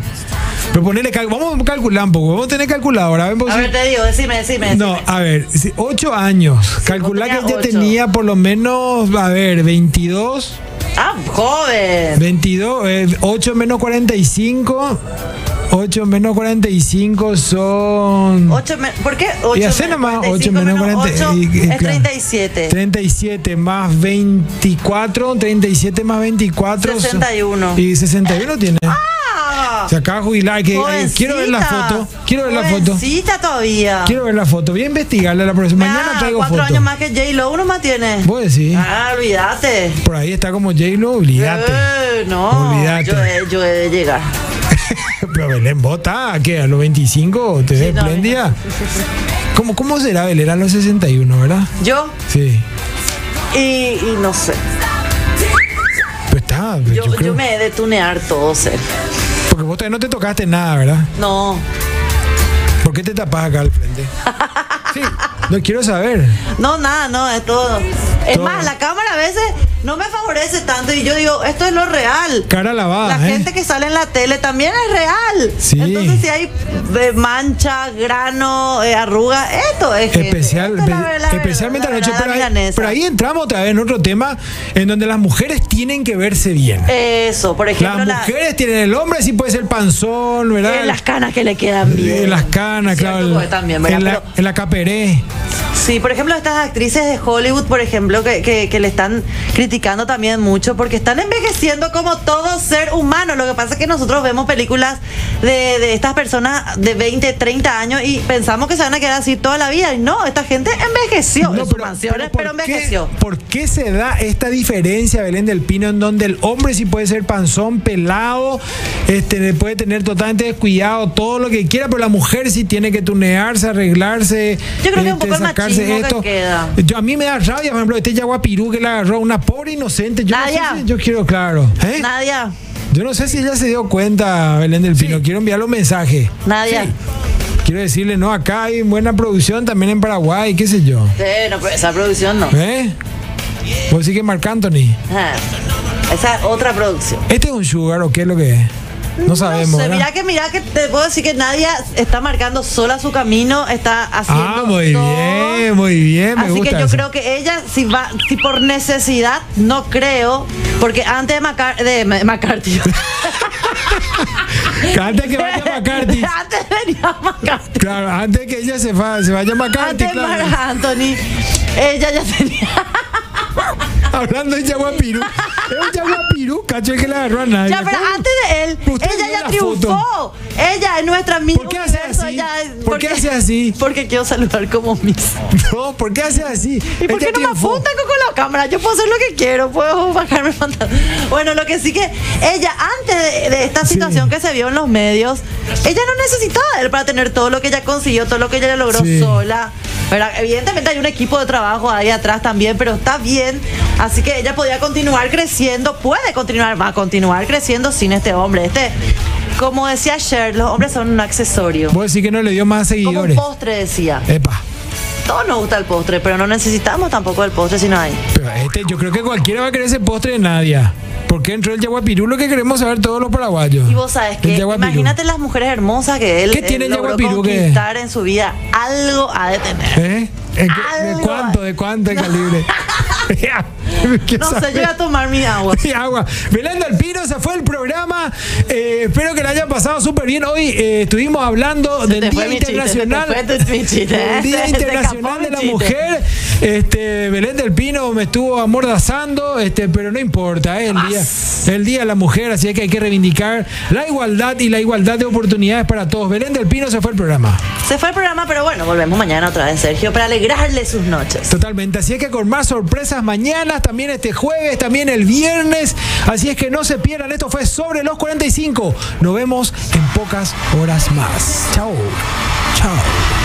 Speaker 2: Pero ponele, cal- vamos a calcular un poco. Vamos a tener calculadora. Ven, vos
Speaker 1: A
Speaker 2: si-
Speaker 1: ver, te digo, decime, decime.
Speaker 2: No, a ver, si- ocho años. Calcular que
Speaker 1: tenía
Speaker 2: ella
Speaker 1: ocho.
Speaker 2: tenía por lo menos, a ver, 22.
Speaker 1: decime. Ah, joven.
Speaker 2: 22, eh, 8 menos 45. 8 menos 45 son.
Speaker 1: Ocho me- ¿Por qué? 8
Speaker 2: y hace nomás 8 menos 45.
Speaker 1: es 37.
Speaker 2: 37 más 24. 37 más 24. son-
Speaker 1: 61.
Speaker 2: Y 61 tiene.
Speaker 1: Ah,
Speaker 2: Se acaba de jubilar. Que, eh, quiero ver la foto. Quiero ver la foto.
Speaker 1: Jovencita todavía.
Speaker 2: Quiero ver la foto. Voy a investigarla la próxima. Mañana
Speaker 1: Ah,
Speaker 2: traigo
Speaker 1: cuatro
Speaker 2: foto.
Speaker 1: años más que J-Lo, uno más tiene.
Speaker 2: Vos decís.
Speaker 1: Ah, olvídate.
Speaker 2: Por ahí está como J-Lo, olvídate.
Speaker 1: Eh, no,
Speaker 2: Olvídate.
Speaker 1: Yo, he, yo he de llegar.
Speaker 2: *laughs* Pero Belén, ¿vos estás, ¿qué? ¿A los 25? ¿Te ves
Speaker 1: no,
Speaker 2: espléndida? ¿Cómo, ¿Cómo será Belén a los 61, verdad?
Speaker 1: Yo
Speaker 2: Sí.
Speaker 1: y, y no sé.
Speaker 2: Pues está, yo,
Speaker 1: Yo, yo,
Speaker 2: creo.
Speaker 1: me he de tunear todo, ser.
Speaker 2: Porque vos todavía no te tocaste nada, ¿verdad?
Speaker 1: No,
Speaker 2: ¿Por qué te tapás acá al frente? Sí, no quiero saber.
Speaker 1: no, nada, no, es todo. Es
Speaker 2: Todo.
Speaker 1: más, la cámara a veces no me favorece tanto y yo digo, esto es lo real.
Speaker 2: Cara lavada,
Speaker 1: La
Speaker 2: ¿eh?
Speaker 1: gente que sale en la tele también es real.
Speaker 2: Sí.
Speaker 1: Entonces, si hay eh, mancha, grano, eh, arruga, esto es. gente.
Speaker 2: Especial,
Speaker 1: Esto es la ver- la ver-
Speaker 2: especialmente
Speaker 1: la
Speaker 2: anoche.
Speaker 1: verdad
Speaker 2: Pero ahí,
Speaker 1: milanesa.
Speaker 2: pero ahí entramos otra vez en otro tema en donde las mujeres tienen que verse bien.
Speaker 1: Eso, por ejemplo,
Speaker 2: las
Speaker 1: Eh, la-
Speaker 2: mujeres tienen el hombre, sí puede ser panzón, ¿verdad?
Speaker 1: eh, las canas que le quedan bien.
Speaker 2: En las canas,
Speaker 1: Cierto,
Speaker 2: claro. el-
Speaker 1: porque también, ¿verdad?
Speaker 2: en, la,
Speaker 1: Pero-
Speaker 2: en la caperé.
Speaker 1: Sí, por ejemplo, estas actrices de Hollywood, por ejemplo, que, que- que le están criticando también mucho porque están envejeciendo como todo ser humano. Lo que pasa es que nosotros vemos películas de, de estas personas de 20, 30 años y pensamos que se van a quedar así toda la vida. Y no, esta gente envejeció en sus mansiones, pero,
Speaker 2: ¿por qué-
Speaker 1: envejeció.
Speaker 2: ¿Por qué se da esta diferencia, Belén del Pino, en donde el hombre sí puede ser panzón, pelado, este, puede tener totalmente descuidado, todo lo que quiera, pero la mujer sí tiene que tunearse, arreglarse, este,
Speaker 1: Yo creo que un poco el machismo que queda.
Speaker 2: Yo, a mí me da rabia, por ejemplo, este Yaguapirú que la agarró una pobre inocente. Yo, no sé
Speaker 1: Nadia.
Speaker 2: si- yo quiero, claro. ¿eh?
Speaker 1: Nadia,
Speaker 2: Yo no sé si ella se dio cuenta, Belén del Pino. Quiero enviarle un mensaje.
Speaker 1: Nadia.
Speaker 2: Sí. Quiero decirle, no, acá hay buena producción también en Paraguay, qué sé yo.
Speaker 1: Eh, no, pero esa producción no.
Speaker 2: ¿Eh? Pues sí que Marc Anthony.
Speaker 1: Ah, Esa es otra producción.
Speaker 2: ¿Este es un sugar o qué es lo que es? No, sabemos.
Speaker 1: sé,
Speaker 2: ¿verdad?
Speaker 1: mirá que mirá que te puedo decir que nadie está marcando sola su camino, está haciendo
Speaker 2: ah, muy
Speaker 1: todo.
Speaker 2: bien, muy bien. Me
Speaker 1: Así
Speaker 2: gusta
Speaker 1: que yo
Speaker 2: eso.
Speaker 1: creo que ella si va si por necesidad no creo, porque antes de Macar de Ma- McCarthy.
Speaker 2: Que Antes que vaya McCarthy.
Speaker 1: *laughs* antes venía McCarthy.
Speaker 2: Claro, antes que ella se, fa- se vaya McCarthy.
Speaker 1: Antes de
Speaker 2: claro.
Speaker 1: Marc Anthony, ella ya tenía.
Speaker 2: *laughs* Hablando de Yaguapirú. Es un Yaguapirú, cacho, es que la agarró a nadie.
Speaker 1: Ya, pero
Speaker 2: ¿Cómo?
Speaker 1: antes de él,
Speaker 2: Usted vio
Speaker 1: ella ya
Speaker 2: la
Speaker 1: triunfó.
Speaker 2: foto.
Speaker 1: Ella es nuestra misma.
Speaker 2: ¿Por qué hace así? ¿Por qué hace así?
Speaker 1: *laughs* Porque quiero saludar como mis.
Speaker 2: *laughs* No, ¿por qué hace así?
Speaker 1: ¿Y por
Speaker 2: Ella
Speaker 1: qué no me
Speaker 2: triunfó.
Speaker 1: apuntan con, con la cámara? Yo puedo hacer lo que quiero, puedo bajarme el pantalón. Bueno, lo que sí que ella, antes de, de esta
Speaker 2: Sí.
Speaker 1: situación que se vio en los medios, ella no necesitaba de él para tener todo lo que ella consiguió, todo lo que ella logró
Speaker 2: Sí.
Speaker 1: sola. Pero evidentemente hay un equipo de trabajo ahí atrás también, pero está bien. Así que ella podía continuar creciendo, puede continuar, va a continuar creciendo sin este hombre. Este, como decía Cher, los hombres son un accesorio.
Speaker 2: Vos decís que no le dio más
Speaker 1: Como un
Speaker 2: seguidores.
Speaker 1: postre decía.
Speaker 2: Epa.
Speaker 1: Todos nos gusta el postre, pero no necesitamos tampoco el postre si no hay.
Speaker 2: Pero este, yo creo que cualquiera va a querer ese postre de Nadia. ¿Por qué entró el yaguapirú? Lo que queremos saber todos los paraguayos.
Speaker 1: Y vos sabes
Speaker 2: El
Speaker 1: que
Speaker 2: yaguapirú.
Speaker 1: imagínate las mujeres hermosas que él,
Speaker 2: ¿Qué
Speaker 1: él
Speaker 2: tiene el
Speaker 1: logró
Speaker 2: yaguapirú que-
Speaker 1: conquistar en su vida. Algo ha de tener.
Speaker 2: ¿Eh? ¿En qué- ¿De
Speaker 1: Algo.
Speaker 2: cuánto? ¿De cuánto
Speaker 1: *laughs*
Speaker 2: de calibre? *laughs* ¿Qué
Speaker 1: No sé,
Speaker 2: sabe?
Speaker 1: yo voy
Speaker 2: *laughs*
Speaker 1: a tomar mi agua.
Speaker 2: Y agua. Velando al Pino, se fue el programa. Eh, espero que la hayan pasado súper bien. Hoy eh, estuvimos hablando del
Speaker 1: te fue
Speaker 2: Día
Speaker 1: mi chiste,
Speaker 2: Internacional.
Speaker 1: se te fue tu- mi chiste, *laughs*
Speaker 2: el
Speaker 1: se-
Speaker 2: Día
Speaker 1: se
Speaker 2: Internacional
Speaker 1: escapó
Speaker 2: de
Speaker 1: mi
Speaker 2: la
Speaker 1: chiste.
Speaker 2: Mujer. Este, Belén del Pino me estuvo amordazando, este, pero no importa, es el día, el día de la mujer, así que hay que reivindicar la igualdad y la igualdad de oportunidades para todos. Belén del Pino se fue el programa.
Speaker 1: Se fue el programa, pero bueno, volvemos mañana otra vez, Sergio, para alegrarle sus noches.
Speaker 2: Totalmente. Así que con más sorpresas mañana. Hasta también este jueves, también el viernes. Así es que no se pierdan. Esto fue sobre los 45. Nos vemos en pocas horas más. Chao. Chao.